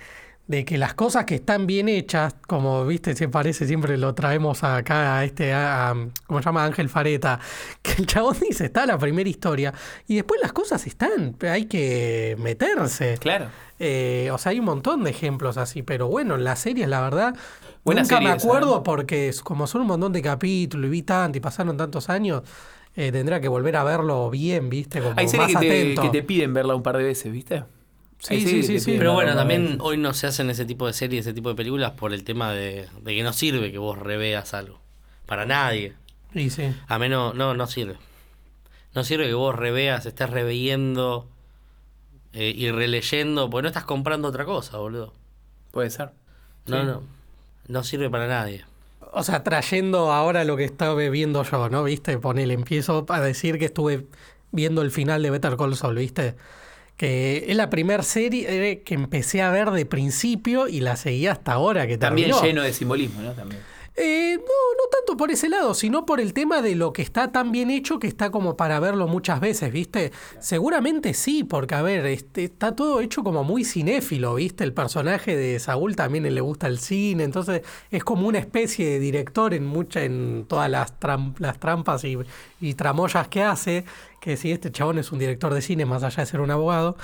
[SPEAKER 3] de que las cosas que están bien hechas, como, ¿viste? Se parece, siempre lo traemos acá a este, a- a- ¿cómo se llama? Ángel Fareta, que el chabón dice, está la primera historia, y después las cosas están, hay que meterse.
[SPEAKER 1] Claro.
[SPEAKER 3] Eh, o sea, hay un montón de ejemplos así, pero bueno, las series, la verdad,
[SPEAKER 1] Buenas
[SPEAKER 3] nunca me
[SPEAKER 1] series,
[SPEAKER 3] acuerdo
[SPEAKER 1] ¿eh?
[SPEAKER 3] porque es- como son un montón de capítulos y vi tanto y pasaron tantos años, eh, tendrá que volver a verlo bien, ¿viste? Como
[SPEAKER 1] Hay series
[SPEAKER 3] más
[SPEAKER 1] que te,
[SPEAKER 3] atento.
[SPEAKER 1] que te piden verla un par de veces, ¿viste?
[SPEAKER 3] Sí,
[SPEAKER 1] Hay
[SPEAKER 3] sí,
[SPEAKER 1] series
[SPEAKER 3] sí,
[SPEAKER 1] que te
[SPEAKER 3] sí.
[SPEAKER 1] piden
[SPEAKER 2] Pero
[SPEAKER 1] verla
[SPEAKER 2] bueno,
[SPEAKER 1] un par de veces.
[SPEAKER 2] también hoy no se hacen ese tipo de series, ese tipo de películas por el tema de, de que no sirve que vos reveas algo. Para nadie.
[SPEAKER 3] Y sí.
[SPEAKER 2] A menos, no, no sirve. No sirve que vos reveas, estés reveyendo eh, y releyendo, porque no estás comprando otra cosa, boludo.
[SPEAKER 1] Puede ser.
[SPEAKER 2] No, no. No sirve para nadie.
[SPEAKER 3] O sea, trayendo ahora lo que estaba viendo yo, ¿no? ¿Viste? Ponele, empiezo a decir que estuve viendo el final de Better Call Saul, ¿viste? Que es la primera serie eh, que empecé a ver de principio y la seguí hasta ahora que
[SPEAKER 1] También
[SPEAKER 3] terminó.
[SPEAKER 1] lleno de simbolismo, ¿no? También.
[SPEAKER 3] Eh, no, no tanto por ese lado, sino por el tema de lo que está tan bien hecho que está como para verlo muchas veces, ¿viste? Seguramente sí, porque a ver, este, está todo hecho como muy cinéfilo, ¿viste? El personaje de Saúl también le gusta el cine, entonces es como una especie de director en mucha, en todas las, tram- las trampas y, y tramoyas que hace, que si este chabón es un director de cine, más allá de ser un abogado,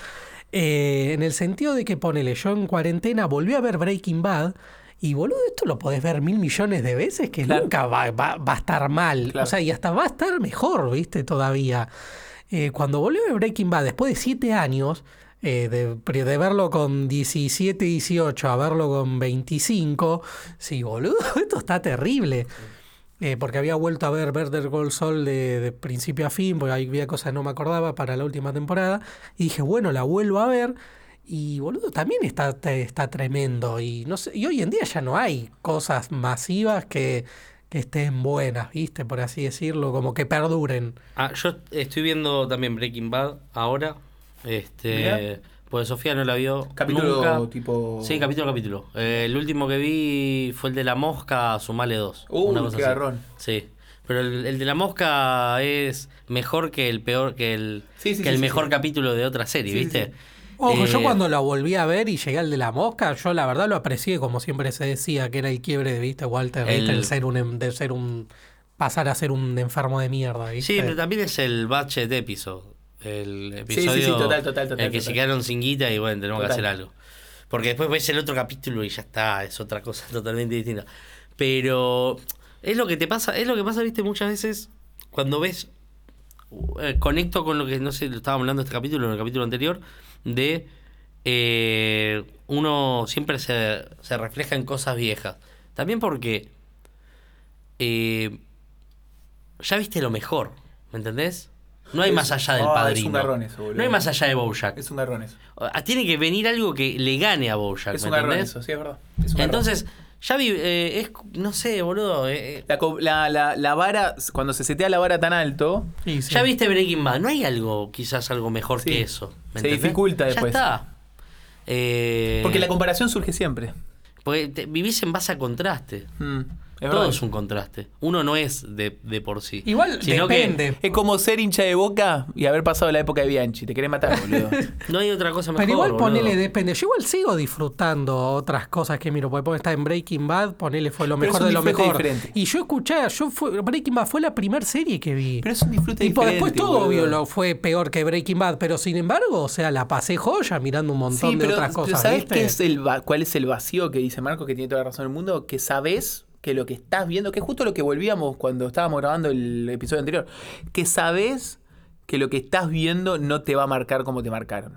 [SPEAKER 3] eh, en el sentido de que ponele, yo en cuarentena volví a ver Breaking Bad. Y boludo, esto lo podés ver mil millones de veces que
[SPEAKER 1] Claro.
[SPEAKER 3] nunca va, va- va a estar mal.
[SPEAKER 1] Claro.
[SPEAKER 3] O sea, y hasta va a estar mejor, viste, todavía. Eh, cuando volvió de Breaking Bad, después de siete años, eh, de, pre- de verlo con 17, 18 a verlo con 25, sí, boludo, esto está terrible. Eh, porque había vuelto a ver Better Gold Sol de, de principio a fin, porque había cosas que no me acordaba para la última temporada. Y dije, bueno, la vuelvo a ver. Y boludo, también está, te- está tremendo. Y, no sé, y hoy en día ya no hay cosas masivas que, que estén buenas, ¿viste? Por así decirlo, como que perduren.
[SPEAKER 2] Ah, yo estoy viendo también Breaking Bad ahora. Este.
[SPEAKER 1] Mirá.
[SPEAKER 2] Porque Sofía no la vio.
[SPEAKER 1] Capítulo
[SPEAKER 2] nunca.
[SPEAKER 1] tipo.
[SPEAKER 2] Sí, capítulo a capítulo. Eh, el último que vi fue el de la mosca, sumale dos.
[SPEAKER 1] Uy,
[SPEAKER 2] una cosa
[SPEAKER 1] qué
[SPEAKER 2] así.
[SPEAKER 1] garrón.
[SPEAKER 2] Sí. Pero el, el de la mosca es mejor que el peor, que el,
[SPEAKER 1] Sí, sí, sí,
[SPEAKER 2] que el
[SPEAKER 1] sí,
[SPEAKER 2] mejor
[SPEAKER 1] sí.
[SPEAKER 2] capítulo de otra serie,
[SPEAKER 1] Sí, sí,
[SPEAKER 2] ¿viste?
[SPEAKER 1] sí.
[SPEAKER 3] Ojo, yo
[SPEAKER 2] Eh,
[SPEAKER 3] cuando la volví a ver y llegué al de la mosca, yo la verdad lo aprecié, como siempre se decía, que era el quiebre de vista, Walter, ¿viste?
[SPEAKER 2] El-
[SPEAKER 3] el, ser un em- de ser un pasar a ser un enfermo de mierda, ¿viste?
[SPEAKER 2] Sí, pero también es el budget de episodio. El episodio
[SPEAKER 1] sí, sí, total, total, total,
[SPEAKER 2] El que se
[SPEAKER 1] total.
[SPEAKER 2] quedaron sin guita y bueno, tenemos que
[SPEAKER 1] Total.
[SPEAKER 2] hacer algo. Porque después ves el otro capítulo y ya está, es otra cosa totalmente distinta. Pero es lo que te pasa, es lo que pasa, viste, muchas veces cuando ves eh, conecto con lo que no sé, lo estábamos hablando en este capítulo, en el capítulo anterior, de eh, uno siempre se, se refleja en cosas viejas. También porque eh, ya viste lo mejor, ¿me entendés? No hay
[SPEAKER 1] Es-
[SPEAKER 2] más allá del
[SPEAKER 1] Ah, es
[SPEAKER 2] padrino.
[SPEAKER 1] un garrón eso, boludo.
[SPEAKER 2] no hay más allá de Bojack.
[SPEAKER 1] Es un garrón eso.
[SPEAKER 2] Ah, Tiene que venir algo que le gane a Bojack,
[SPEAKER 1] Es
[SPEAKER 2] ¿me
[SPEAKER 1] un garrón
[SPEAKER 2] entendés?
[SPEAKER 1] eso, sí, es verdad. Es un garrón.
[SPEAKER 2] Entonces, ya vi, eh, es, no sé, boludo. eh, eh,
[SPEAKER 1] La, co- la, la, la vara, cuando se setea la vara tan alto,
[SPEAKER 3] Y sí.
[SPEAKER 2] Ya viste Breaking Bad, no hay algo, quizás algo mejor
[SPEAKER 1] Sí.
[SPEAKER 2] que eso. ¿me
[SPEAKER 1] Se
[SPEAKER 2] entendés?
[SPEAKER 1] dificulta después.
[SPEAKER 2] Ya está. Eh,
[SPEAKER 1] porque la comparación surge siempre.
[SPEAKER 2] porque te- vivís en base a contraste.
[SPEAKER 1] Mm, es
[SPEAKER 2] Todo
[SPEAKER 1] verdad.
[SPEAKER 2] es un contraste. Uno no es de, de por sí.
[SPEAKER 3] Igual
[SPEAKER 2] Sino que
[SPEAKER 3] depende.
[SPEAKER 1] Es como ser hincha de boca y haber pasado la época de Bianchi. Te querés matar, boludo.
[SPEAKER 2] No hay otra cosa mejor.
[SPEAKER 3] Pero igual
[SPEAKER 2] boludo.
[SPEAKER 3] ponele depende. Yo igual sigo disfrutando otras cosas que miro. Porque está en Breaking Bad, ponele fue lo
[SPEAKER 1] Pero es
[SPEAKER 3] mejor
[SPEAKER 1] un
[SPEAKER 3] de lo
[SPEAKER 1] disfrute
[SPEAKER 3] mejor.
[SPEAKER 1] diferente.
[SPEAKER 3] Y yo escuché, yo fue, Breaking Bad fue la primera serie que vi.
[SPEAKER 1] Pero es un disfrute
[SPEAKER 3] Tipo,
[SPEAKER 1] diferente.
[SPEAKER 3] después todo
[SPEAKER 1] boludo.
[SPEAKER 3] obvio lo fue peor que Breaking Bad, pero sin embargo, o sea, la pasé joya mirando un montón
[SPEAKER 1] Sí,
[SPEAKER 3] de
[SPEAKER 1] pero
[SPEAKER 3] otras cosas.
[SPEAKER 1] ¿sabés
[SPEAKER 3] ¿viste?
[SPEAKER 1] qué es el va- cuál es el vacío que dice Marco, que tiene toda la razón del mundo? Que sabés que lo que estás viendo, que es justo lo que volvíamos cuando estábamos grabando el episodio anterior, que sabés que lo que estás viendo no te va a marcar como te marcaron.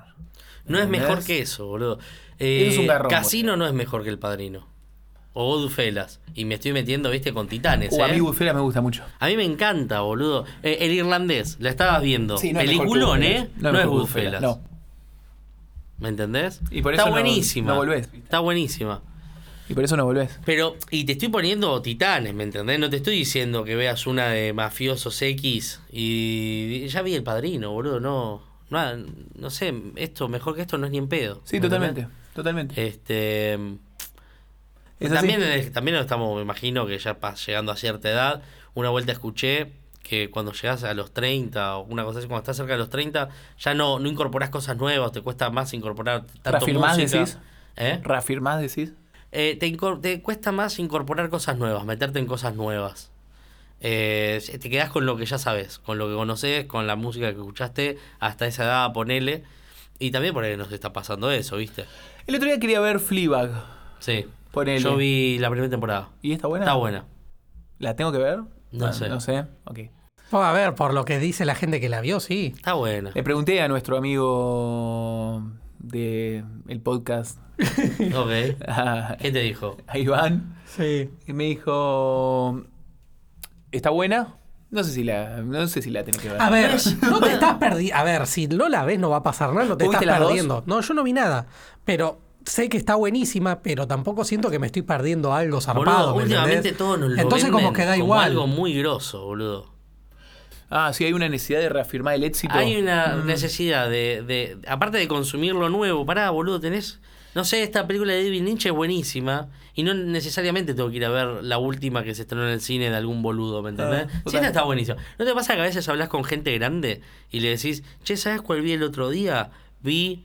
[SPEAKER 2] No es mejor
[SPEAKER 1] ¿Entendés?
[SPEAKER 2] que eso, boludo. Eh,
[SPEAKER 1] Eso es un garrón,
[SPEAKER 2] Casino no es mejor que El Padrino. O Goodfellas. Y me estoy metiendo, viste, con Titanes.
[SPEAKER 1] O Uh, a
[SPEAKER 2] ¿eh?
[SPEAKER 1] mí Bufera me gusta mucho.
[SPEAKER 2] A mí me encanta, boludo. Eh, el irlandés, la estabas viendo.
[SPEAKER 1] Sí, no es mejor que
[SPEAKER 2] Peliculón,
[SPEAKER 1] Goodfellas.
[SPEAKER 2] ¿eh? No, es
[SPEAKER 1] mejor que
[SPEAKER 2] Goodfellas.
[SPEAKER 1] No.
[SPEAKER 2] ¿Me entendés?
[SPEAKER 1] Y por
[SPEAKER 2] Está
[SPEAKER 1] eso no-
[SPEAKER 2] buenísima.
[SPEAKER 1] no volvés.
[SPEAKER 2] Está buenísima.
[SPEAKER 1] Y por eso no volvés.
[SPEAKER 2] Pero, y te estoy poniendo titanes, ¿me entendés? No te estoy diciendo que veas una de mafiosos X y ya vi el padrino, boludo. No, no, no sé, esto, mejor que esto no es ni en pedo.
[SPEAKER 1] Sí,
[SPEAKER 2] ¿me
[SPEAKER 1] totalmente.
[SPEAKER 2] entendés?
[SPEAKER 1] Totalmente.
[SPEAKER 2] Este.
[SPEAKER 1] Es así.
[SPEAKER 2] también, es- también estamos, me imagino que ya pas- llegando a cierta edad, una vuelta escuché que cuando llegas a los 30 o una cosa así, cuando estás cerca de los 30, ya no, no incorporás cosas nuevas, te cuesta más incorporar tanto
[SPEAKER 1] Reafirmás,
[SPEAKER 2] música.
[SPEAKER 1] decís.
[SPEAKER 2] ¿Eh?
[SPEAKER 1] Reafirmás, decís.
[SPEAKER 2] Eh, te, incor- te cuesta más incorporar cosas nuevas, meterte en cosas nuevas. Eh, te quedás con lo que ya sabes, con lo que conoces, con la música que escuchaste hasta esa edad, ponele. Y también por ahí nos está pasando eso, ¿viste?
[SPEAKER 1] El otro día quería ver Fleabag.
[SPEAKER 2] Sí.
[SPEAKER 1] Ponele.
[SPEAKER 2] Yo vi la primera temporada.
[SPEAKER 1] ¿Y está buena?
[SPEAKER 2] Está buena.
[SPEAKER 1] ¿La tengo que ver?
[SPEAKER 2] No sé.
[SPEAKER 1] No sé. Ok.
[SPEAKER 3] Pues, a ver, por lo que dice la gente que la vio, sí.
[SPEAKER 2] Está buena.
[SPEAKER 1] Le pregunté a nuestro amigo de el podcast,
[SPEAKER 2] Ok.
[SPEAKER 1] a,
[SPEAKER 2] ¿Qué te dijo?
[SPEAKER 1] a Iván,
[SPEAKER 3] Sí.
[SPEAKER 1] y me dijo, ¿está buena? No sé si la, no sé si la tenés que ver.
[SPEAKER 3] A ver, no te estás perdiendo. A ver, si no la ves no va a pasar nada, no te
[SPEAKER 1] ¿Vos
[SPEAKER 3] estás
[SPEAKER 1] viste las dos?
[SPEAKER 3] perdiendo. No, yo no vi nada. Pero sé que está buenísima, pero tampoco siento que me estoy perdiendo algo zarpado.
[SPEAKER 2] Boludo,
[SPEAKER 3] ¿me
[SPEAKER 2] últimamente
[SPEAKER 3] entendés?
[SPEAKER 2] todos nos lo
[SPEAKER 3] Entonces
[SPEAKER 2] venden
[SPEAKER 3] como que da igual.
[SPEAKER 2] algo muy grosso, boludo.
[SPEAKER 1] Ah, sí, hay una necesidad de reafirmar el éxito. Mm.
[SPEAKER 2] Hay una necesidad de, de- Aparte de consumir lo nuevo, pará, boludo, tenés. No sé, esta película de David Lynch es buenísima. Y no necesariamente tengo que ir a ver la última que se estrenó en el cine de algún boludo, ¿me entendés?
[SPEAKER 1] Ah,
[SPEAKER 2] sí,
[SPEAKER 1] total.
[SPEAKER 2] esta está buenísima. ¿No te pasa que a veces hablas con gente grande y le decís, che, ¿sabes cuál vi el otro día? Vi.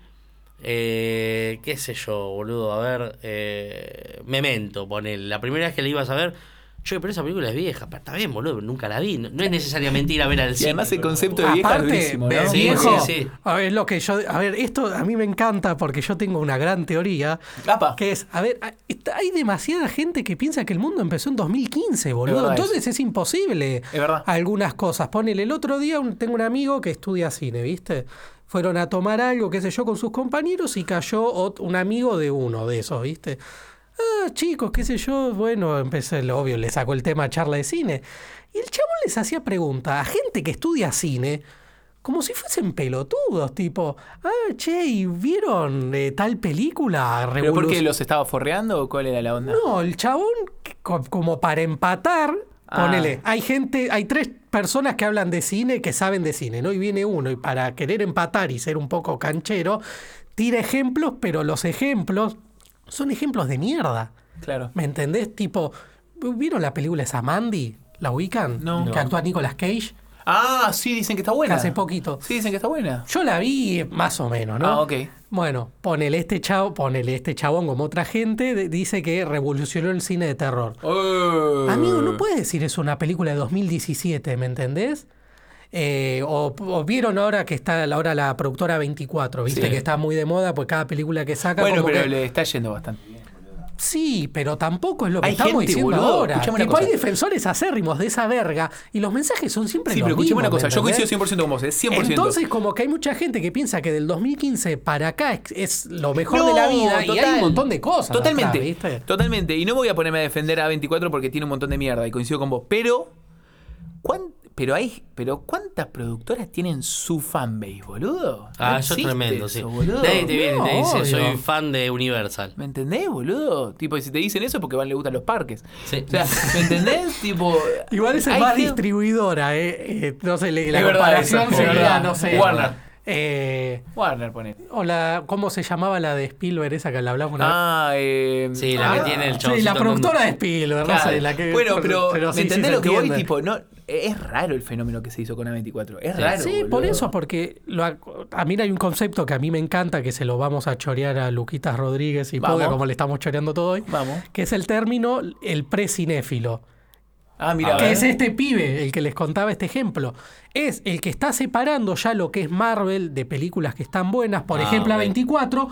[SPEAKER 2] eh, qué sé yo, boludo, a ver, eh, Memento, ponele. La primera vez que le ibas a ver, che, pero esa película es vieja, pero está bien, boludo, nunca la vi. No, no es necesariamente ir a ver al
[SPEAKER 1] Y
[SPEAKER 2] cine.
[SPEAKER 1] además el
[SPEAKER 2] pero-
[SPEAKER 1] concepto de vieja es durísimo, ¿no?
[SPEAKER 3] de
[SPEAKER 2] Sí,
[SPEAKER 3] viejo,
[SPEAKER 2] sí, sí.
[SPEAKER 3] A ver, lo que yo, a ver, esto a mí me encanta porque yo tengo una gran teoría.
[SPEAKER 1] Apa.
[SPEAKER 3] Que es, a ver, hay- está- hay demasiada gente que piensa que el mundo empezó en 2015,
[SPEAKER 1] Es
[SPEAKER 3] boludo.
[SPEAKER 1] verdad
[SPEAKER 3] Entonces es imposible
[SPEAKER 1] Es verdad.
[SPEAKER 3] algunas cosas. Ponele, el otro día un- tengo un amigo que estudia cine, ¿viste? Fueron a tomar algo, qué sé yo, con sus compañeros y cayó ot- un amigo de uno de esos, ¿viste? Ah, chicos, qué sé yo, bueno, empecé, lo obvio, le sacó el tema a charla de cine. Y el chabón les hacía preguntas a gente que estudia cine, como si fuesen pelotudos, tipo, ah, che, ¿y vieron eh, tal película?
[SPEAKER 1] ¿Pero por qué
[SPEAKER 3] Revolución?"
[SPEAKER 1] los estaba forreando o cuál era la onda?
[SPEAKER 3] No, el chabón, que co- como para empatar,
[SPEAKER 1] Ah.
[SPEAKER 3] ponele, hay gente, hay tres personas que hablan de cine, que saben de cine, ¿no? Y viene uno, y para querer empatar y ser un poco canchero, tira ejemplos, pero los ejemplos son ejemplos de mierda.
[SPEAKER 1] Claro.
[SPEAKER 3] ¿Me entendés? Tipo, ¿vieron la película esa Mandy? ¿La ubican?
[SPEAKER 1] No.
[SPEAKER 3] Que
[SPEAKER 1] No.
[SPEAKER 3] actúa Nicolas Cage.
[SPEAKER 1] Ah, sí, dicen que está buena.
[SPEAKER 3] Que hace poquito.
[SPEAKER 1] Sí, dicen que está buena.
[SPEAKER 3] Yo la vi eh, más o menos, ¿no?
[SPEAKER 1] Ah, ok.
[SPEAKER 3] Bueno, ponele este chavo, ponele este chabón como otra gente, de- dice que revolucionó el cine de terror. Amigo,
[SPEAKER 1] Eh. Oh.
[SPEAKER 3] no puedes decir es una película de 2017, ¿me entendés? Eh, o, o vieron ahora que está la- ahora la productora 24, viste
[SPEAKER 1] Sí.
[SPEAKER 3] que está muy de moda, pues cada película que saca.
[SPEAKER 1] Bueno,
[SPEAKER 3] como
[SPEAKER 1] pero
[SPEAKER 3] que-
[SPEAKER 1] le está yendo bastante. bien.
[SPEAKER 3] Sí, pero tampoco es lo que
[SPEAKER 1] Hay
[SPEAKER 3] estamos
[SPEAKER 1] gente,
[SPEAKER 3] diciendo
[SPEAKER 1] boludo,
[SPEAKER 3] ahora.
[SPEAKER 1] escuchame una
[SPEAKER 3] Tipo, hay
[SPEAKER 1] cosa.
[SPEAKER 3] defensores acérrimos de esa verga y los mensajes son siempre
[SPEAKER 1] Sí,
[SPEAKER 3] los
[SPEAKER 1] pero escuchame
[SPEAKER 3] mismos,
[SPEAKER 1] una
[SPEAKER 3] ¿me
[SPEAKER 1] cosa. Yo
[SPEAKER 3] entendés?
[SPEAKER 1] coincido 100% con vos, eh, 100%.
[SPEAKER 3] Entonces, como que hay mucha gente que piensa que del 2015 para acá es, es lo mejor
[SPEAKER 1] No,
[SPEAKER 3] de la vida y hay
[SPEAKER 1] total.
[SPEAKER 3] un montón de cosas.
[SPEAKER 1] Totalmente.
[SPEAKER 3] atrás, ¿viste?
[SPEAKER 1] Totalmente. Y no voy a ponerme a defender a 24 porque tiene un montón de mierda y coincido con vos. Pero. ¿cuán- pero hay. Pero ¿cuántas productoras tienen su fanbase, boludo?
[SPEAKER 2] Ah,
[SPEAKER 1] No
[SPEAKER 2] eso es
[SPEAKER 1] existe
[SPEAKER 2] tremendo, sí.
[SPEAKER 1] eso, boludo.
[SPEAKER 2] Nadie te viene y te
[SPEAKER 3] No,
[SPEAKER 2] dice,
[SPEAKER 3] obvio.
[SPEAKER 2] soy fan de Universal.
[SPEAKER 1] ¿Me entendés, boludo? Tipo, y si te dicen eso es porque a Van le gustan los parques.
[SPEAKER 2] Sí.
[SPEAKER 1] O sea, ¿me entendés? tipo.
[SPEAKER 3] Igual esa es
[SPEAKER 1] hay
[SPEAKER 3] más
[SPEAKER 1] gente-
[SPEAKER 3] distribuidora, eh, eh, no sé, le- la
[SPEAKER 1] Es verdad
[SPEAKER 3] comparación
[SPEAKER 1] eso, es
[SPEAKER 3] sería,
[SPEAKER 1] verdad.
[SPEAKER 3] no sé.
[SPEAKER 1] Warner.
[SPEAKER 3] Eh,
[SPEAKER 1] Warner, ponete.
[SPEAKER 3] o la, ¿Cómo se llamaba la de Spielberg esa que la hablamos una vez?
[SPEAKER 1] Ah, eh,
[SPEAKER 2] Sí, la que
[SPEAKER 1] ah,
[SPEAKER 2] tiene el
[SPEAKER 3] Sí,
[SPEAKER 2] chaboncito
[SPEAKER 3] la
[SPEAKER 2] con-
[SPEAKER 3] productora de Spielberg, no
[SPEAKER 1] Claro.
[SPEAKER 3] sé, la que-
[SPEAKER 1] bueno, pero,
[SPEAKER 3] sí,
[SPEAKER 1] ¿me
[SPEAKER 3] sí
[SPEAKER 1] entendés
[SPEAKER 3] se
[SPEAKER 1] lo que voy?
[SPEAKER 3] entiende.
[SPEAKER 1] Tipo, no, es raro el fenómeno que se hizo con A24. Es raro.
[SPEAKER 3] Sí,
[SPEAKER 1] boludo.
[SPEAKER 3] por eso, porque lo ac- a mí hay un concepto que a mí me encanta, que se lo vamos a chorear a Luquitas Rodríguez y Poga,
[SPEAKER 1] Vamos.
[SPEAKER 3] como le estamos choreando todo hoy,
[SPEAKER 1] Vamos.
[SPEAKER 3] que es el término el precinéfilo.
[SPEAKER 1] Ah, mira.
[SPEAKER 3] Que es este pibe, el que les contaba este ejemplo. Es el que está separando ya lo que es Marvel de películas que están buenas, por
[SPEAKER 2] Ah,
[SPEAKER 3] ejemplo,
[SPEAKER 2] ok.
[SPEAKER 3] a 24,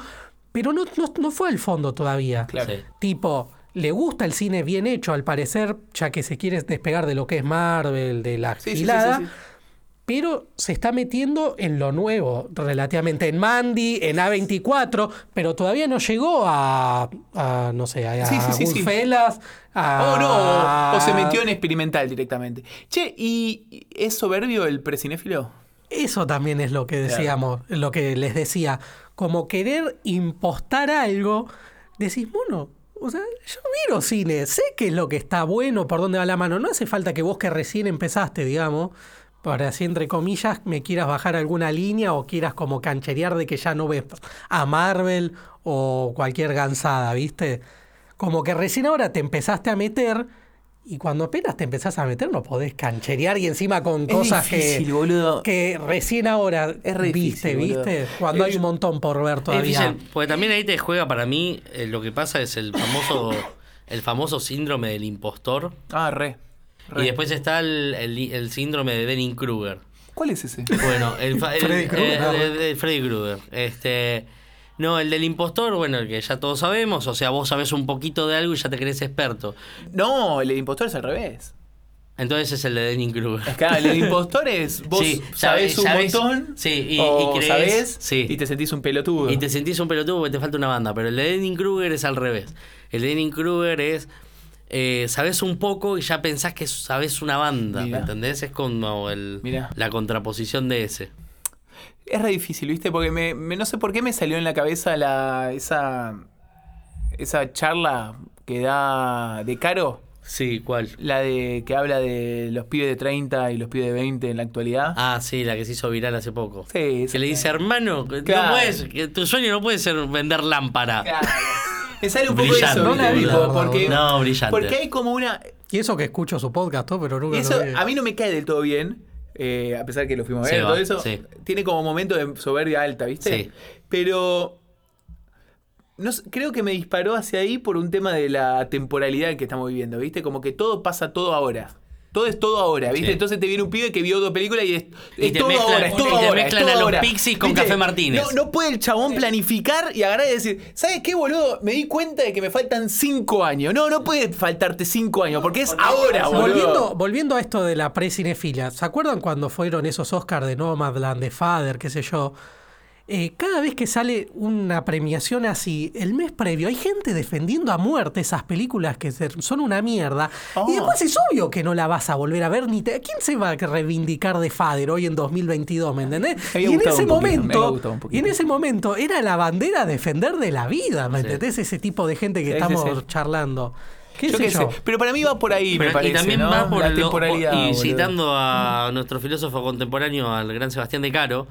[SPEAKER 3] pero no, no- no fue al fondo todavía.
[SPEAKER 1] Claro.
[SPEAKER 2] Sí.
[SPEAKER 3] Tipo, le gusta el cine bien hecho, al parecer, ya que se quiere despegar de lo que es Marvel, de la
[SPEAKER 1] Sí, sí, sí,
[SPEAKER 3] gilada,
[SPEAKER 1] sí, sí.
[SPEAKER 3] pero se está metiendo en lo nuevo, relativamente, en Mandy, en A24, pero todavía no llegó a, a, no sé, a,
[SPEAKER 1] Sí, sí, sí, sí.
[SPEAKER 3] Goodfellas, a-
[SPEAKER 1] Oh, no. O, o se metió
[SPEAKER 3] Ah.
[SPEAKER 1] en experimental directamente. Che, ¿y y es soberbio el precinéfilo?
[SPEAKER 3] Eso también es lo que decíamos, lo que les decía. Como querer impostar algo, decís, bueno, o sea, yo miro cine, sé qué es lo que está bueno, por dónde va la mano. No hace falta que vos que recién empezaste, digamos, para así entre comillas, me quieras bajar alguna línea o quieras como cancherear de que ya no ves a Marvel o cualquier gansada, ¿viste? Como que recién ahora te empezaste a meter. Y cuando apenas te empezás a meter, no podés cancherear y encima con cosas que,
[SPEAKER 1] boludo.
[SPEAKER 3] que recién ahora
[SPEAKER 1] Es re
[SPEAKER 3] viste,
[SPEAKER 1] difícil, boludo.
[SPEAKER 3] viste, cuando
[SPEAKER 1] Eh,
[SPEAKER 3] hay
[SPEAKER 1] yo-
[SPEAKER 3] un montón por ver
[SPEAKER 2] Es
[SPEAKER 3] todavía.
[SPEAKER 2] difícil, porque también ahí te juega para mí, eh, lo que pasa es el famoso, el famoso síndrome del impostor.
[SPEAKER 1] Ah, re. re.
[SPEAKER 2] Y después está el, el- el síndrome de Denning Kruger.
[SPEAKER 1] ¿Cuál es ese?
[SPEAKER 2] Bueno, el, fa- el-
[SPEAKER 3] Freddy Krueger.
[SPEAKER 1] ah,
[SPEAKER 2] el- el- el Freddy Krueger. Este, no, el del impostor, bueno, el que ya todos sabemos. O sea, vos sabés un poquito de algo y ya te crees experto.
[SPEAKER 1] No, el impostor es al revés.
[SPEAKER 2] Entonces es el de Denning Kruger.
[SPEAKER 1] Claro, el impostor es vos
[SPEAKER 2] Sí,
[SPEAKER 1] sabés,
[SPEAKER 2] sabés-
[SPEAKER 1] un
[SPEAKER 2] sabés-
[SPEAKER 1] montón
[SPEAKER 2] sí, y-
[SPEAKER 1] o
[SPEAKER 2] y creés-
[SPEAKER 1] sabés
[SPEAKER 2] sí.
[SPEAKER 1] y te sentís un pelotudo.
[SPEAKER 2] Y te sentís un pelotudo porque te falta una banda. Pero el de Denning Kruger es al revés. El de Denning Kruger es. eh, sabes un poco y ya pensás que sabes una banda. ¿Me
[SPEAKER 1] Mirá.
[SPEAKER 2] entendés? Es como el,
[SPEAKER 1] Mirá.
[SPEAKER 2] la contraposición de ese.
[SPEAKER 1] Es re difícil, ¿viste? Porque me, me- no sé por qué me salió en la cabeza la esa esa charla que da de Caro,
[SPEAKER 2] Sí, ¿cuál?
[SPEAKER 1] la de que habla de los pibes de 30 y los pibes de 20 en la actualidad.
[SPEAKER 2] Ah, sí, la que se hizo viral hace poco.
[SPEAKER 1] Sí,
[SPEAKER 2] que
[SPEAKER 1] esa-
[SPEAKER 2] le dice, hermano, que no
[SPEAKER 1] Claro.
[SPEAKER 2] puedes, que tu sueño no puede ser vender lámpara.
[SPEAKER 1] Claro. Me sale un poco
[SPEAKER 2] Brillante,
[SPEAKER 1] eso,
[SPEAKER 3] no la vi,
[SPEAKER 1] tipo,
[SPEAKER 3] la verdad,
[SPEAKER 1] porque,
[SPEAKER 2] no, brillante.
[SPEAKER 1] porque hay como una
[SPEAKER 3] Y eso que escucho su podcast, todo, pero nunca
[SPEAKER 1] Y
[SPEAKER 3] lo
[SPEAKER 1] eso
[SPEAKER 3] vi.
[SPEAKER 1] a mí no me cae del todo bien, eh, a pesar que lo fuimos a
[SPEAKER 2] Se
[SPEAKER 1] ver,
[SPEAKER 2] va,
[SPEAKER 1] todo eso.
[SPEAKER 2] sí.
[SPEAKER 1] Tiene como momentos de soberbia alta, ¿viste?
[SPEAKER 2] Sí.
[SPEAKER 1] Pero no sé, creo que me disparó hacia ahí por un tema de la temporalidad que estamos viviendo, ¿viste? Como que todo pasa todo ahora. Todo es todo ahora, ¿viste?
[SPEAKER 2] Sí.
[SPEAKER 1] Entonces te viene un pibe que vio dos películas y es,
[SPEAKER 2] Y
[SPEAKER 1] es
[SPEAKER 2] te
[SPEAKER 1] todo
[SPEAKER 2] mezclan-
[SPEAKER 1] ahora, es todo
[SPEAKER 2] y te
[SPEAKER 1] ahora, es
[SPEAKER 2] mezclan
[SPEAKER 1] todo
[SPEAKER 2] a los
[SPEAKER 1] ahora.
[SPEAKER 2] Pixies con Café Martínez.
[SPEAKER 1] No, no puede el chabón planificar y agarrar y decir, ¿sabes qué, boludo? Me di cuenta de que me faltan cinco años. No, no puede faltarte cinco años, porque es ahora, boludo.
[SPEAKER 3] Volviendo, volviendo a esto de la precinefilia, ¿se acuerdan cuando fueron esos Oscars de Nomadland, de Father, qué sé yo? Eh, cada vez que sale una premiación así, el mes previo, hay gente defendiendo a muerte esas películas que ser- son una mierda.
[SPEAKER 1] Oh.
[SPEAKER 3] Y después es obvio que no la vas a volver a ver ni te- ¿Quién se va a reivindicar de Father hoy en 2022, me entendés?
[SPEAKER 1] Me
[SPEAKER 3] Y
[SPEAKER 1] había
[SPEAKER 3] en
[SPEAKER 1] gustado
[SPEAKER 3] ese
[SPEAKER 1] un poquito, me había
[SPEAKER 3] momento,
[SPEAKER 1] gustado un
[SPEAKER 3] y en
[SPEAKER 1] poquito.
[SPEAKER 3] ese momento era la bandera a defender de la vida, ¿me
[SPEAKER 2] Sí.
[SPEAKER 3] entendés? Ese tipo de gente que
[SPEAKER 1] Sí, sí,
[SPEAKER 3] estamos
[SPEAKER 1] sí.
[SPEAKER 3] charlando. ¿Qué
[SPEAKER 1] Yo
[SPEAKER 3] sé
[SPEAKER 1] qué
[SPEAKER 3] yo?
[SPEAKER 1] sé. Pero para mí va por ahí,
[SPEAKER 2] Pero-
[SPEAKER 1] me parece.
[SPEAKER 2] y también
[SPEAKER 1] ¿no?
[SPEAKER 2] va por
[SPEAKER 1] la
[SPEAKER 2] el-
[SPEAKER 1] temporalidad.
[SPEAKER 2] Y
[SPEAKER 1] boludo.
[SPEAKER 2] citando a nuestro filósofo contemporáneo, al gran Sebastián de Caro,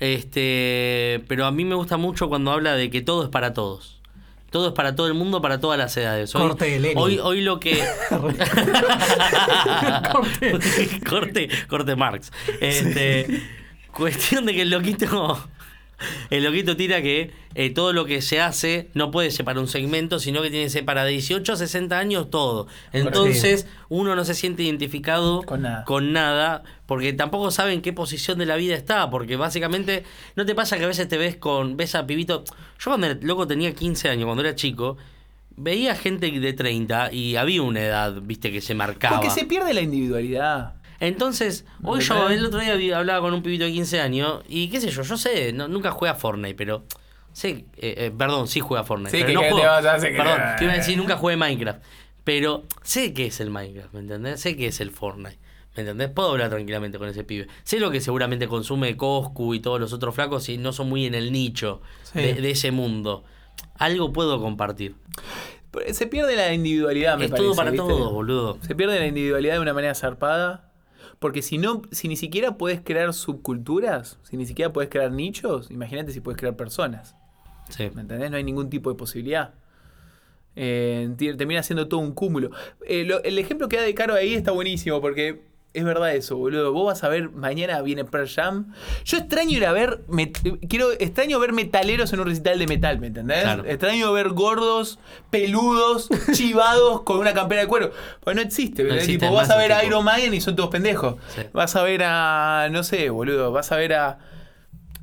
[SPEAKER 2] este, pero a mí me gusta mucho cuando habla de que todo es para todos. Todo es para todo el mundo, para todas las edades. Hoy,
[SPEAKER 3] Corte de Lenin.
[SPEAKER 2] Hoy, hoy lo que. corte. corte. Marx. Este, Cuestión de que el loquito. El loquito tira que eh, todo lo que se hace no puede ser para un segmento, sino que tiene que ser para 18 a 60 años todo. Entonces uno no se siente identificado
[SPEAKER 1] Con nada.
[SPEAKER 2] con nada, porque tampoco sabe en qué posición de la vida está, porque básicamente no te pasa que a veces te ves con, ves a pibito, yo cuando era loco tenía 15 años, cuando era chico, veía gente de 30 y había una edad, viste, que se marcaba.
[SPEAKER 1] Porque se pierde la individualidad.
[SPEAKER 2] Entonces, hoy yo
[SPEAKER 1] Total.
[SPEAKER 2] el otro día vi- hablaba con un pibito de 15 años y qué sé yo, yo sé, no- nunca juega a Fortnite, pero sé, eh, eh, perdón, sí juega a Fortnite,
[SPEAKER 1] Sí,
[SPEAKER 2] pero
[SPEAKER 1] que-
[SPEAKER 2] no
[SPEAKER 1] que te
[SPEAKER 2] juego.
[SPEAKER 1] vas a hacer que-
[SPEAKER 2] perdón, te iba a decir nunca jugué Minecraft, pero sé qué es el Minecraft, ¿me entendés? Sé qué es el Fortnite. ¿Me entendés? Puedo hablar tranquilamente con ese pibe. Sé lo que seguramente consume Coscu y todos los otros flacos y no son muy en el nicho
[SPEAKER 3] Sí.
[SPEAKER 2] de, de ese mundo. Algo puedo compartir.
[SPEAKER 1] Se pierde la individualidad, me
[SPEAKER 2] es
[SPEAKER 1] parece.
[SPEAKER 2] todo para
[SPEAKER 1] ¿viste?
[SPEAKER 2] todos, boludo.
[SPEAKER 1] Se pierde la individualidad de una manera zarpada. Porque si no, si ni siquiera puedes crear subculturas, si ni siquiera puedes crear nichos, imagínate si puedes crear personas.
[SPEAKER 2] Sí.
[SPEAKER 1] ¿Me entendés? No hay ningún tipo de posibilidad. Eh, ti- termina siendo todo un cúmulo. Eh, lo- el ejemplo que da de Caro ahí está buenísimo porque es verdad eso, boludo. Vos vas a ver, mañana viene Pearl Jam. Yo extraño ir a ver, met- quiero, extraño ver metaleros en un recital de metal, ¿me entendés?
[SPEAKER 2] Claro.
[SPEAKER 1] Extraño ver gordos, peludos, chivados con una campera de cuero. Pues no existe, ¿verdad?
[SPEAKER 2] existe
[SPEAKER 1] tipo,
[SPEAKER 2] más
[SPEAKER 1] vas a
[SPEAKER 2] ese
[SPEAKER 1] ver a
[SPEAKER 2] tipo.
[SPEAKER 1] Iron Maiden y son todos pendejos.
[SPEAKER 2] Sí.
[SPEAKER 1] Vas a ver a, no sé, boludo, vas a ver a...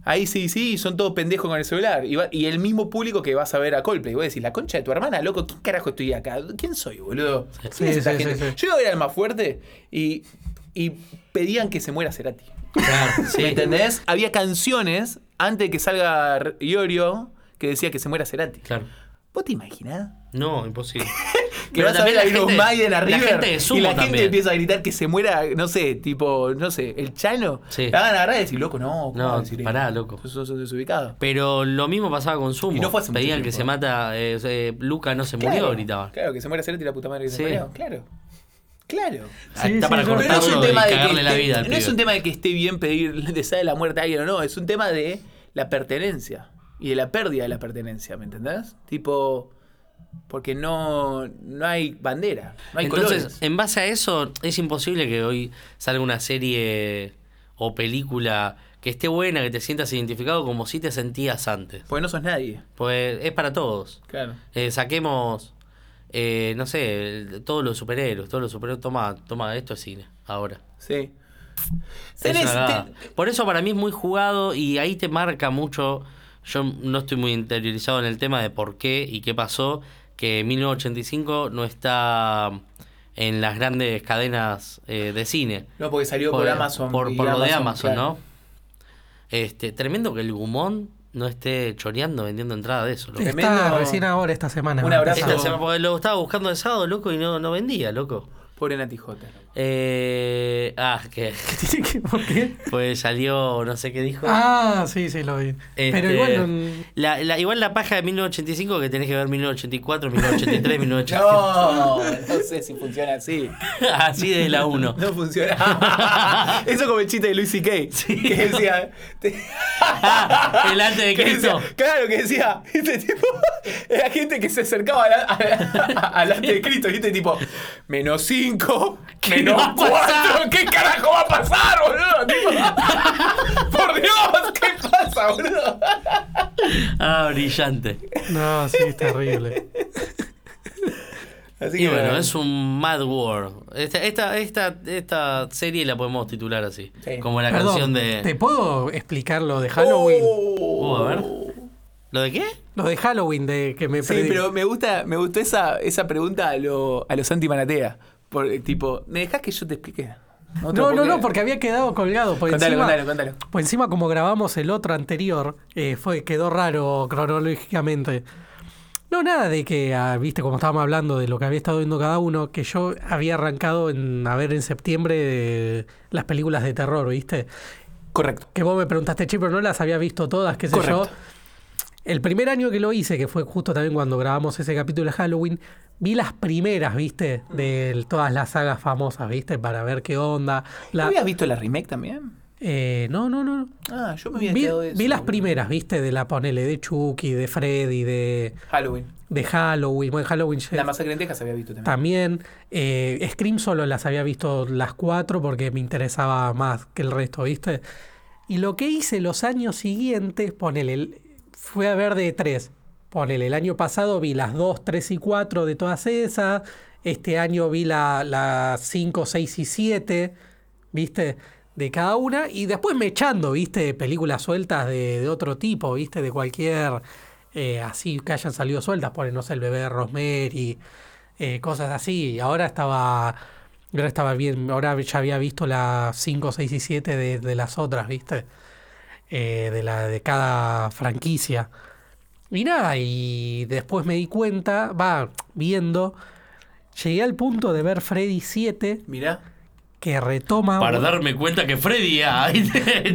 [SPEAKER 1] Ahí sí, sí, son todos pendejos con el celular. Y, va- y el mismo público que vas a ver a Coldplay. Vos decís, la concha de tu hermana, loco, ¿quién carajo estoy acá? ¿Quién soy, boludo? ¿Quién
[SPEAKER 3] Sí,
[SPEAKER 1] es esta
[SPEAKER 3] sí,
[SPEAKER 1] gente?
[SPEAKER 3] sí, sí.
[SPEAKER 1] Yo iba a ver al más fuerte y, y pedían que se muera Cerati.
[SPEAKER 2] Claro, sí.
[SPEAKER 1] ¿Me entendés? Había canciones antes de que salga Iorio que decía que se muera Cerati.
[SPEAKER 2] Claro.
[SPEAKER 1] ¿Vos te imaginás?
[SPEAKER 2] No, imposible.
[SPEAKER 1] Que vas a ver a Iron Maiden a River
[SPEAKER 2] La gente de
[SPEAKER 1] y
[SPEAKER 2] Sumo
[SPEAKER 1] la gente
[SPEAKER 2] también.
[SPEAKER 1] empieza a gritar que se muera, no sé, tipo, no sé, el Chano.
[SPEAKER 2] Sí.
[SPEAKER 1] La van a agarrar y decir, loco, no. ¿cómo
[SPEAKER 2] No,
[SPEAKER 1] vas a decir eso?
[SPEAKER 2] pará, loco.
[SPEAKER 1] Sos- sos desubicado.
[SPEAKER 2] Pero lo mismo pasaba con Sumo.
[SPEAKER 1] Y no fue hace mucho
[SPEAKER 2] Pedían que
[SPEAKER 1] tiempo.
[SPEAKER 2] se mata, eh, eh, Luca no se murió, gritaban.
[SPEAKER 1] Claro, que se muera Cerati y la puta madre que
[SPEAKER 2] Sí.
[SPEAKER 1] se murió. Claro. Claro.
[SPEAKER 2] Ah,
[SPEAKER 3] Sí,
[SPEAKER 2] Está
[SPEAKER 3] sí,
[SPEAKER 2] para
[SPEAKER 3] sí.
[SPEAKER 1] Pero no es un
[SPEAKER 2] cortarlo y
[SPEAKER 1] tema de que
[SPEAKER 2] cagarle la
[SPEAKER 1] esté-
[SPEAKER 2] vida al
[SPEAKER 1] no es
[SPEAKER 2] pibe.
[SPEAKER 1] un tema de que esté bien pedir deseada la muerte a alguien o no, es un tema de la pertenencia y de la pérdida de la pertenencia, ¿me entendés? Tipo porque no no hay bandera, no hay
[SPEAKER 2] Entonces, eh,
[SPEAKER 1] colores.
[SPEAKER 2] en base a eso, es imposible que hoy salga una serie o película que esté buena, que te sientas identificado como si te sentías antes.
[SPEAKER 1] Porque no sos nadie.
[SPEAKER 2] Pues es para todos.
[SPEAKER 1] Claro.
[SPEAKER 2] Eh, saquemos, eh, no sé, el- todos los superhéroes, todos los superhéroes. Toma, toma, esto es cine, ahora.
[SPEAKER 1] Sí.
[SPEAKER 2] Es
[SPEAKER 1] Tenés-
[SPEAKER 2] una cagada.
[SPEAKER 1] te-
[SPEAKER 2] Por eso para mí es muy jugado y ahí te marca mucho. Yo no estoy muy interiorizado en el tema de por qué y qué pasó que 1985 no está en las grandes cadenas eh, de cine.
[SPEAKER 1] no, porque salió por, Amazon.
[SPEAKER 2] Por,
[SPEAKER 1] y
[SPEAKER 2] por lo de Amazon,
[SPEAKER 1] claro.
[SPEAKER 2] ¿no? Este, tremendo que el Gumón no esté choreando, vendiendo entrada de eso. loco.
[SPEAKER 1] Sí.
[SPEAKER 3] Está
[SPEAKER 1] Tremendo.
[SPEAKER 3] recién ahora esta semana.
[SPEAKER 1] Un
[SPEAKER 3] me
[SPEAKER 1] abrazo.
[SPEAKER 2] Esta
[SPEAKER 3] empezó.
[SPEAKER 2] semana, porque lo estaba buscando el sábado, loco, y no, no vendía, loco.
[SPEAKER 1] Pobre Natijota.
[SPEAKER 2] Eh, ah, que
[SPEAKER 3] ¿Por qué?
[SPEAKER 2] pues salió, no sé qué dijo.
[SPEAKER 3] Ah, sí, sí, lo vi. Pero
[SPEAKER 2] Este,
[SPEAKER 3] igual. no-
[SPEAKER 2] la, la- igual la paja de 1985 que tenés que ver 1984, 1983, 1985.
[SPEAKER 1] No, no sé si funciona así.
[SPEAKER 2] Así de la 1.
[SPEAKER 1] No funciona. Eso como el chiste de Luis C.K. Que decía. te-
[SPEAKER 2] el antes de
[SPEAKER 1] que decía-
[SPEAKER 2] Cristo.
[SPEAKER 1] claro, que decía. Este tipo. Era gente que se acercaba al- al al antes de Cristo. Y este tipo. Menos 5.
[SPEAKER 2] ¿Qué
[SPEAKER 1] Menos
[SPEAKER 2] va a
[SPEAKER 1] 4.
[SPEAKER 2] pasar?
[SPEAKER 1] ¿Qué carajo va a pasar, boludo? Tipo, Por Dios, ¿qué pasa, boludo?
[SPEAKER 2] Ah, brillante.
[SPEAKER 3] No, sí, es terrible.
[SPEAKER 1] Así
[SPEAKER 2] Y bueno, es un Mad War. Esta, esta, esta, esta serie la podemos titular así.
[SPEAKER 1] Sí.
[SPEAKER 2] Como la
[SPEAKER 3] Perdón,
[SPEAKER 2] canción de.
[SPEAKER 3] ¿te puedo explicar lo de Halloween?
[SPEAKER 1] Oh.
[SPEAKER 2] Uh, a ver. ¿Lo de qué?
[SPEAKER 3] Lo de Halloween de que me
[SPEAKER 1] Sí,
[SPEAKER 3] perdí.
[SPEAKER 1] pero me gusta, me gustó esa, esa pregunta a lo, a los anti-manatea. Por, eh, tipo, ¿me dejás que yo te explique? te lo
[SPEAKER 3] No, no,
[SPEAKER 1] puedo
[SPEAKER 3] no,
[SPEAKER 1] creer.
[SPEAKER 3] porque había quedado colgado. Por
[SPEAKER 1] Contalo,
[SPEAKER 3] encima,
[SPEAKER 1] contalo, contalo.
[SPEAKER 3] Por Pues encima, como grabamos el otro anterior, eh, fue, quedó raro cronológicamente. No, nada de que, ah, viste, como estábamos hablando de lo que había estado viendo cada uno, que yo había arrancado en, a ver en septiembre de las películas de terror, viste.
[SPEAKER 1] Correcto.
[SPEAKER 3] Que vos me preguntaste, che, pero no las había visto todas, qué sé
[SPEAKER 1] Correcto.
[SPEAKER 3] yo. El primer año que lo hice, que fue justo también cuando grabamos ese capítulo de Halloween, vi las primeras, viste, de todas las sagas famosas, viste, para ver qué onda. La-
[SPEAKER 1] ¿Habías visto la remake también?
[SPEAKER 3] Eh, no, no, no. no.
[SPEAKER 1] Ah, yo me había
[SPEAKER 3] Vi,
[SPEAKER 1] quedado de eso.
[SPEAKER 3] vi las primeras, viste, de la ponele, de Chucky, de Freddy, de,
[SPEAKER 1] Halloween.
[SPEAKER 3] de Halloween. Bueno, Halloween ya-
[SPEAKER 1] La masacre en Texas había visto también.
[SPEAKER 3] también. Eh, Scream solo las había visto las cuatro porque me interesaba más que el resto, ¿viste? Y lo que hice los años siguientes, ponele, el- fue a ver de tres. Ponele, el año pasado vi las dos, tres y cuatro de todas esas. Este año vi la- las cinco, seis y siete, ¿viste? De cada una. Y después me echando, ¿viste? Películas sueltas de, de otro tipo, ¿viste? De cualquier. eh, así que hayan salido sueltas, ponen, no sé, el bebé de Rosemary eh, cosas así. Ahora estaba. Ahora estaba bien. Ahora ya había visto las 5, 6 y 7 de, de las otras, ¿viste? Eh, de la de cada franquicia. Y nada, y después me di cuenta, va, viendo. Llegué al punto de ver Freddy 7,
[SPEAKER 1] Mirá.
[SPEAKER 3] que retoma.
[SPEAKER 2] Para darme cuenta que Freddy ah, ha
[SPEAKER 3] Ah,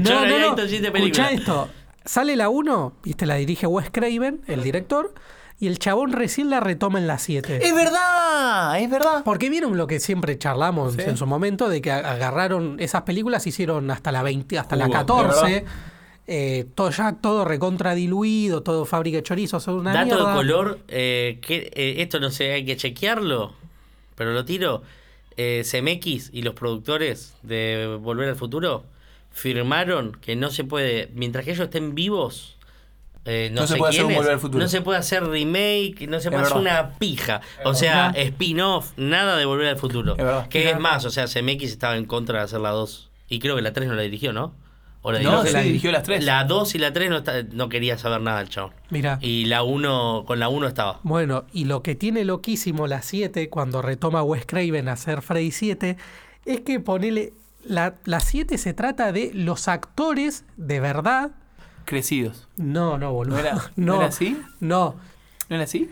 [SPEAKER 3] No, no, no. Escuchá
[SPEAKER 2] películas.
[SPEAKER 3] esto. Sale la 1, viste, la dirige Wes Craven, el director, y el chabón recién la retoma en la 7.
[SPEAKER 1] ¡Es verdad! ¡Es verdad!
[SPEAKER 3] Porque vieron lo que siempre charlamos
[SPEAKER 1] Sí.
[SPEAKER 3] en su momento, de que a- agarraron esas películas, hicieron hasta la 20, hasta la
[SPEAKER 2] Hubo,
[SPEAKER 3] 14.
[SPEAKER 1] ¿verdad?
[SPEAKER 3] eh, todo ya todo recontra diluido, todo fábrica de chorizos, una
[SPEAKER 2] Dato
[SPEAKER 3] mierda.
[SPEAKER 2] de color, eh, que, eh, esto no sé, hay que chequearlo, pero lo tiro. Eh, CMX y los productores de Volver al Futuro firmaron que no se puede, mientras que ellos estén vivos, eh, no,
[SPEAKER 1] No se
[SPEAKER 2] sé
[SPEAKER 1] puede hacer un
[SPEAKER 2] quiénes,
[SPEAKER 1] Volver al Futuro.
[SPEAKER 2] no se puede hacer remake, no se puede
[SPEAKER 1] verdad.
[SPEAKER 2] hacer una pija, o sea, spin-off, nada de Volver al Futuro.
[SPEAKER 1] Es verdad.
[SPEAKER 2] que es más, o sea, CMX estaba en contra de hacer la 2 y creo que la 3 no la dirigió, ¿no? O la
[SPEAKER 1] No,
[SPEAKER 2] dirigió.
[SPEAKER 1] sí, dirigió las tres.
[SPEAKER 2] La 2 y la 3 no, está- no quería saber nada el chabón.
[SPEAKER 3] Mirá.
[SPEAKER 2] Y la 1, con la 1 estaba.
[SPEAKER 3] Bueno, y lo que tiene loquísimo la 7, cuando retoma Wes Craven a hacer Freddy 7, es que ponele. La, la 7 se trata de los actores de verdad.
[SPEAKER 1] Crecidos.
[SPEAKER 3] No, no, boludo.
[SPEAKER 1] ¿No era-
[SPEAKER 3] no,
[SPEAKER 1] no era así?
[SPEAKER 3] No.
[SPEAKER 1] ¿No era así?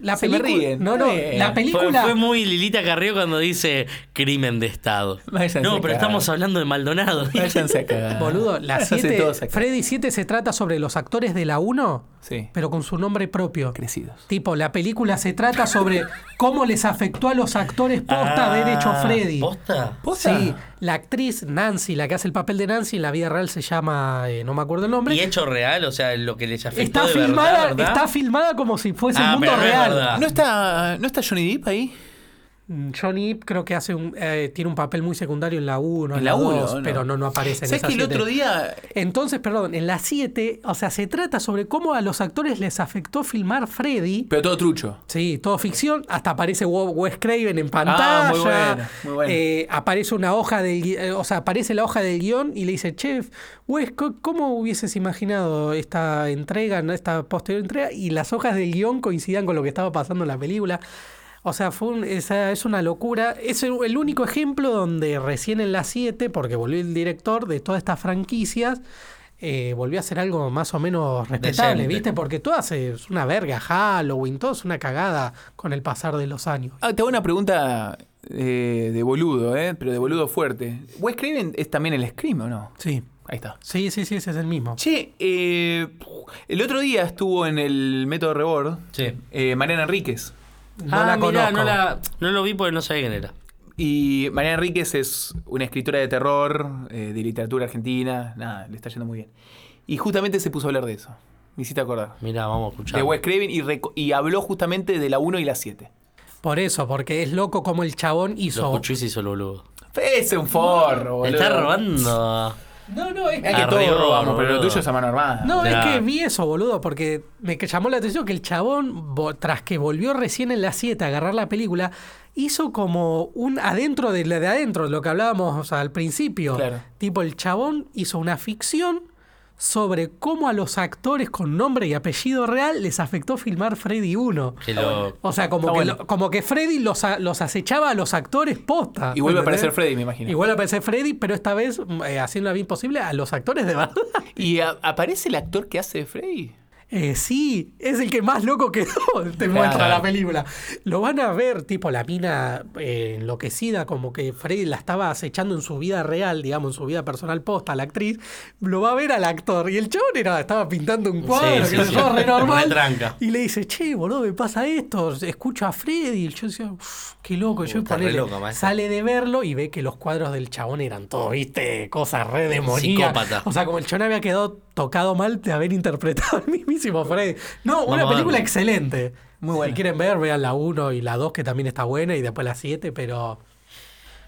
[SPEAKER 3] La
[SPEAKER 1] Se me
[SPEAKER 3] película-
[SPEAKER 1] ríen.
[SPEAKER 3] No, no.
[SPEAKER 1] Eh,
[SPEAKER 3] La
[SPEAKER 1] fue-
[SPEAKER 2] Fue,
[SPEAKER 3] película.
[SPEAKER 2] fue muy Lilita Carrió cuando dice crimen de Estado.
[SPEAKER 1] Váyanse
[SPEAKER 2] no,
[SPEAKER 1] a
[SPEAKER 2] pero
[SPEAKER 1] cagar.
[SPEAKER 2] estamos hablando de Maldonado.
[SPEAKER 1] Váyanse a cagar.
[SPEAKER 3] Boludo, la
[SPEAKER 1] Váyanse
[SPEAKER 3] 7.
[SPEAKER 1] todos a cagar.
[SPEAKER 3] Freddy 7 se trata sobre los actores de la 1,
[SPEAKER 1] Sí.
[SPEAKER 3] pero con su nombre propio.
[SPEAKER 1] Crecidos.
[SPEAKER 3] Tipo, la película se trata sobre cómo les afectó a los actores posta
[SPEAKER 2] Ah,
[SPEAKER 3] haber hecho Freddy.
[SPEAKER 2] ¿Posta?
[SPEAKER 1] ¿Posta?
[SPEAKER 3] Sí, la actriz Nancy, la que hace el papel de Nancy en la vida real se llama, eh, no me acuerdo el nombre.
[SPEAKER 2] Y hecho real, o sea, lo que les afectó
[SPEAKER 3] está
[SPEAKER 2] de
[SPEAKER 3] filmada,
[SPEAKER 2] verdad, ¿verdad?
[SPEAKER 3] está filmada como si fuese
[SPEAKER 2] Ah,
[SPEAKER 3] el mundo
[SPEAKER 2] pero no es
[SPEAKER 3] real.
[SPEAKER 2] verdad.
[SPEAKER 1] ¿No está, ¿No está Johnny Depp ahí?
[SPEAKER 3] Mm, Johnny Depp creo que hace un, eh, tiene un papel muy secundario en la 1, en
[SPEAKER 1] En
[SPEAKER 3] la
[SPEAKER 1] la
[SPEAKER 3] 2,
[SPEAKER 1] uno, no.
[SPEAKER 3] pero no, no aparece en
[SPEAKER 1] ¿Sabes
[SPEAKER 3] esa
[SPEAKER 1] que el
[SPEAKER 3] siete.
[SPEAKER 1] otro día
[SPEAKER 3] Entonces, perdón, en la 7, o sea, se trata sobre cómo a los actores les afectó filmar Freddy.
[SPEAKER 1] Pero todo trucho.
[SPEAKER 3] Sí, todo ficción. Hasta aparece Wo- Wes Craven en pantalla.
[SPEAKER 1] Ah, muy bueno, muy bueno.
[SPEAKER 3] Eh, aparece una hoja del gui- eh, o sea, aparece la hoja del guión y le dice, Chef, Wes, co- ¿cómo hubieses imaginado esta entrega, no, esta posterior entrega? Y las hojas del guión coincidían con lo que estaba pasando en la película. O sea, fue un- esa- es una locura. Es el, el único ejemplo donde recién en la 7, porque volvió el director de todas estas franquicias, eh, volvió a hacer algo más o menos respetable,
[SPEAKER 2] Decente.
[SPEAKER 3] ¿viste? Porque todas es una verga, Halloween, todo es una cagada con el pasar de los años.
[SPEAKER 1] Ah, te hago una pregunta eh, de boludo, ¿eh? Pero de boludo fuerte. ¿Wes Craven es también el Scream o no?
[SPEAKER 3] Sí.
[SPEAKER 1] Ahí está.
[SPEAKER 3] Sí, sí, sí, ese es el mismo.
[SPEAKER 1] Che, eh, el otro día estuvo en el Método Rebord
[SPEAKER 2] Sí.
[SPEAKER 1] eh, Mariana Enríquez.
[SPEAKER 3] No
[SPEAKER 2] ah,
[SPEAKER 3] la
[SPEAKER 2] mirá,
[SPEAKER 3] conozco.
[SPEAKER 2] no, la- no lo vi porque no sabía quién era.
[SPEAKER 1] Y Mariana Enríquez es una escritora de terror, eh, de literatura argentina. Nada, le está yendo muy bien. Y justamente se puso a hablar de eso. Me hiciste acordar.
[SPEAKER 2] Mirá, vamos a escuchar.
[SPEAKER 1] De Wes Craven y, reco- y habló justamente de la 1 y la 7.
[SPEAKER 3] Por eso, porque es loco como el chabón
[SPEAKER 2] Lo
[SPEAKER 3] hizo.
[SPEAKER 2] escuchó y se hizo el boludo.
[SPEAKER 1] Es un forro,
[SPEAKER 2] Le
[SPEAKER 1] boludo.
[SPEAKER 2] está robando.
[SPEAKER 3] No, no, es
[SPEAKER 1] Es que
[SPEAKER 2] Ah,
[SPEAKER 1] todos
[SPEAKER 2] re roban,
[SPEAKER 1] robamos, pero lo
[SPEAKER 2] boludo.
[SPEAKER 1] tuyo es a mano armada.
[SPEAKER 3] No, es
[SPEAKER 2] Nah.
[SPEAKER 3] que vi eso, boludo, porque me que- llamó la atención que el chabón, vo- tras que volvió recién en la 7 a agarrar la película, hizo como un adentro de, la de adentro, lo que hablábamos o sea, al principio.
[SPEAKER 1] Claro.
[SPEAKER 3] Tipo, el chabón hizo una ficción sobre cómo a los actores con nombre y apellido real les afectó filmar Freddy 1.
[SPEAKER 2] Que lo...
[SPEAKER 3] O sea, como,
[SPEAKER 1] Está
[SPEAKER 3] que,
[SPEAKER 1] bueno.
[SPEAKER 3] lo- como que Freddy los, a- los acechaba a los actores posta.
[SPEAKER 1] Y vuelve a
[SPEAKER 3] ¿entendés?
[SPEAKER 1] aparecer Freddy, me imagino.
[SPEAKER 3] Y vuelve a aparecer Freddy, pero esta vez mm, eh, haciendo la bien posible a los actores de verdad.
[SPEAKER 1] ¿Y a- aparece el actor que hace de Freddy?
[SPEAKER 3] Eh, sí, es el que más loco quedó, te muestra la película. Lo van a ver, tipo, la mina eh, enloquecida, como que Freddy la estaba acechando en su vida real, digamos, en su vida personal posta, la actriz. Lo va a ver al actor. Y el chabón era, estaba pintando un cuadro,
[SPEAKER 2] Sí, sí,
[SPEAKER 3] que
[SPEAKER 2] sí.
[SPEAKER 3] lo estaba re normal.
[SPEAKER 2] Re tranca.
[SPEAKER 3] Y le dice, che, boludo, me pasa esto, escucho a Freddy. Y yo decía, "Uf, qué loco. yo
[SPEAKER 2] Uh, Está re
[SPEAKER 3] ponele,
[SPEAKER 2] loco, maestra.
[SPEAKER 3] sale de verlo y ve que los cuadros del chabón eran todo, viste, cosas re demoníacas.
[SPEAKER 2] Eh, Psicópata.
[SPEAKER 3] O sea, como el chabón había quedado tocado mal de haber interpretado al mismísimo Freddy. No,
[SPEAKER 2] Vamos a
[SPEAKER 3] una
[SPEAKER 2] verlo.
[SPEAKER 3] película excelente.
[SPEAKER 1] Muy buena.
[SPEAKER 3] Si quieren ver, vean la 1 y la 2, que también está buena, y después la 7, pero...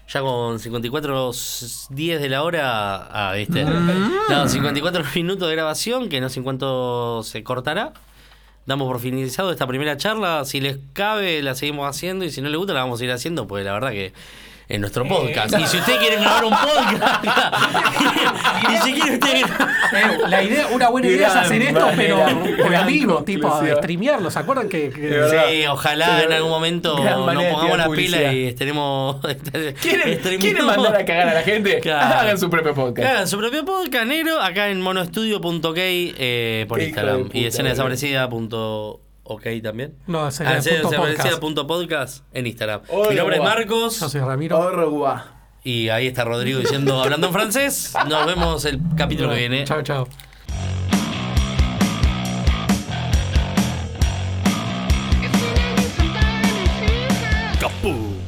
[SPEAKER 2] Ya con 54, s- 10 de la hora. Ah, viste. No, 54 minutos de grabación, que no sé en cuánto se cortará. Damos por finalizado esta primera charla. Si les cabe, la seguimos haciendo. Y si no les gusta, la vamos a ir haciendo, porque la verdad que. En nuestro podcast. Y si ustedes quieren grabar un podcast. y si quieren ustedes.
[SPEAKER 3] eh, la idea, una buena idea es
[SPEAKER 1] Gran
[SPEAKER 3] hacer esto,
[SPEAKER 1] manera,
[SPEAKER 3] pero con
[SPEAKER 1] gran
[SPEAKER 3] amigos, tipo,
[SPEAKER 1] conclusión.
[SPEAKER 3] streamearlo. ¿Se acuerdan que...? que-
[SPEAKER 1] De verdad.
[SPEAKER 2] Sí, ojalá en algún momento
[SPEAKER 1] Gran manera
[SPEAKER 2] nos
[SPEAKER 1] de
[SPEAKER 2] pongamos
[SPEAKER 1] tirar
[SPEAKER 2] la
[SPEAKER 1] publicidad.
[SPEAKER 2] pila y estaremos.
[SPEAKER 1] ¿Quieren,
[SPEAKER 2] streameando.
[SPEAKER 1] quieren mandar a cagar a la gente?
[SPEAKER 2] Claro.
[SPEAKER 1] Hagan su propio podcast.
[SPEAKER 2] Hagan su propio podcast negro acá en monoestudio.ok eh, por
[SPEAKER 1] Qué hijo de
[SPEAKER 2] Instagram.
[SPEAKER 1] puta,
[SPEAKER 2] Y escena
[SPEAKER 1] boludo.
[SPEAKER 2] desaparecida punto ok también.
[SPEAKER 3] No,
[SPEAKER 2] Ah,
[SPEAKER 3] escena
[SPEAKER 2] escena
[SPEAKER 3] punto
[SPEAKER 2] desaparecida
[SPEAKER 3] podcast.
[SPEAKER 2] punto podcast en Instagram.
[SPEAKER 1] Hola,
[SPEAKER 2] Mi nombre es
[SPEAKER 1] guau.
[SPEAKER 2] Marcos.
[SPEAKER 3] Yo soy Ramiro.
[SPEAKER 1] Orgua.
[SPEAKER 2] Y ahí está Rodrigo diciendo, hablando en francés. Nos vemos el capítulo que viene.
[SPEAKER 3] Chao, chao.
[SPEAKER 4] It's a little somebody in secret.
[SPEAKER 2] Capú.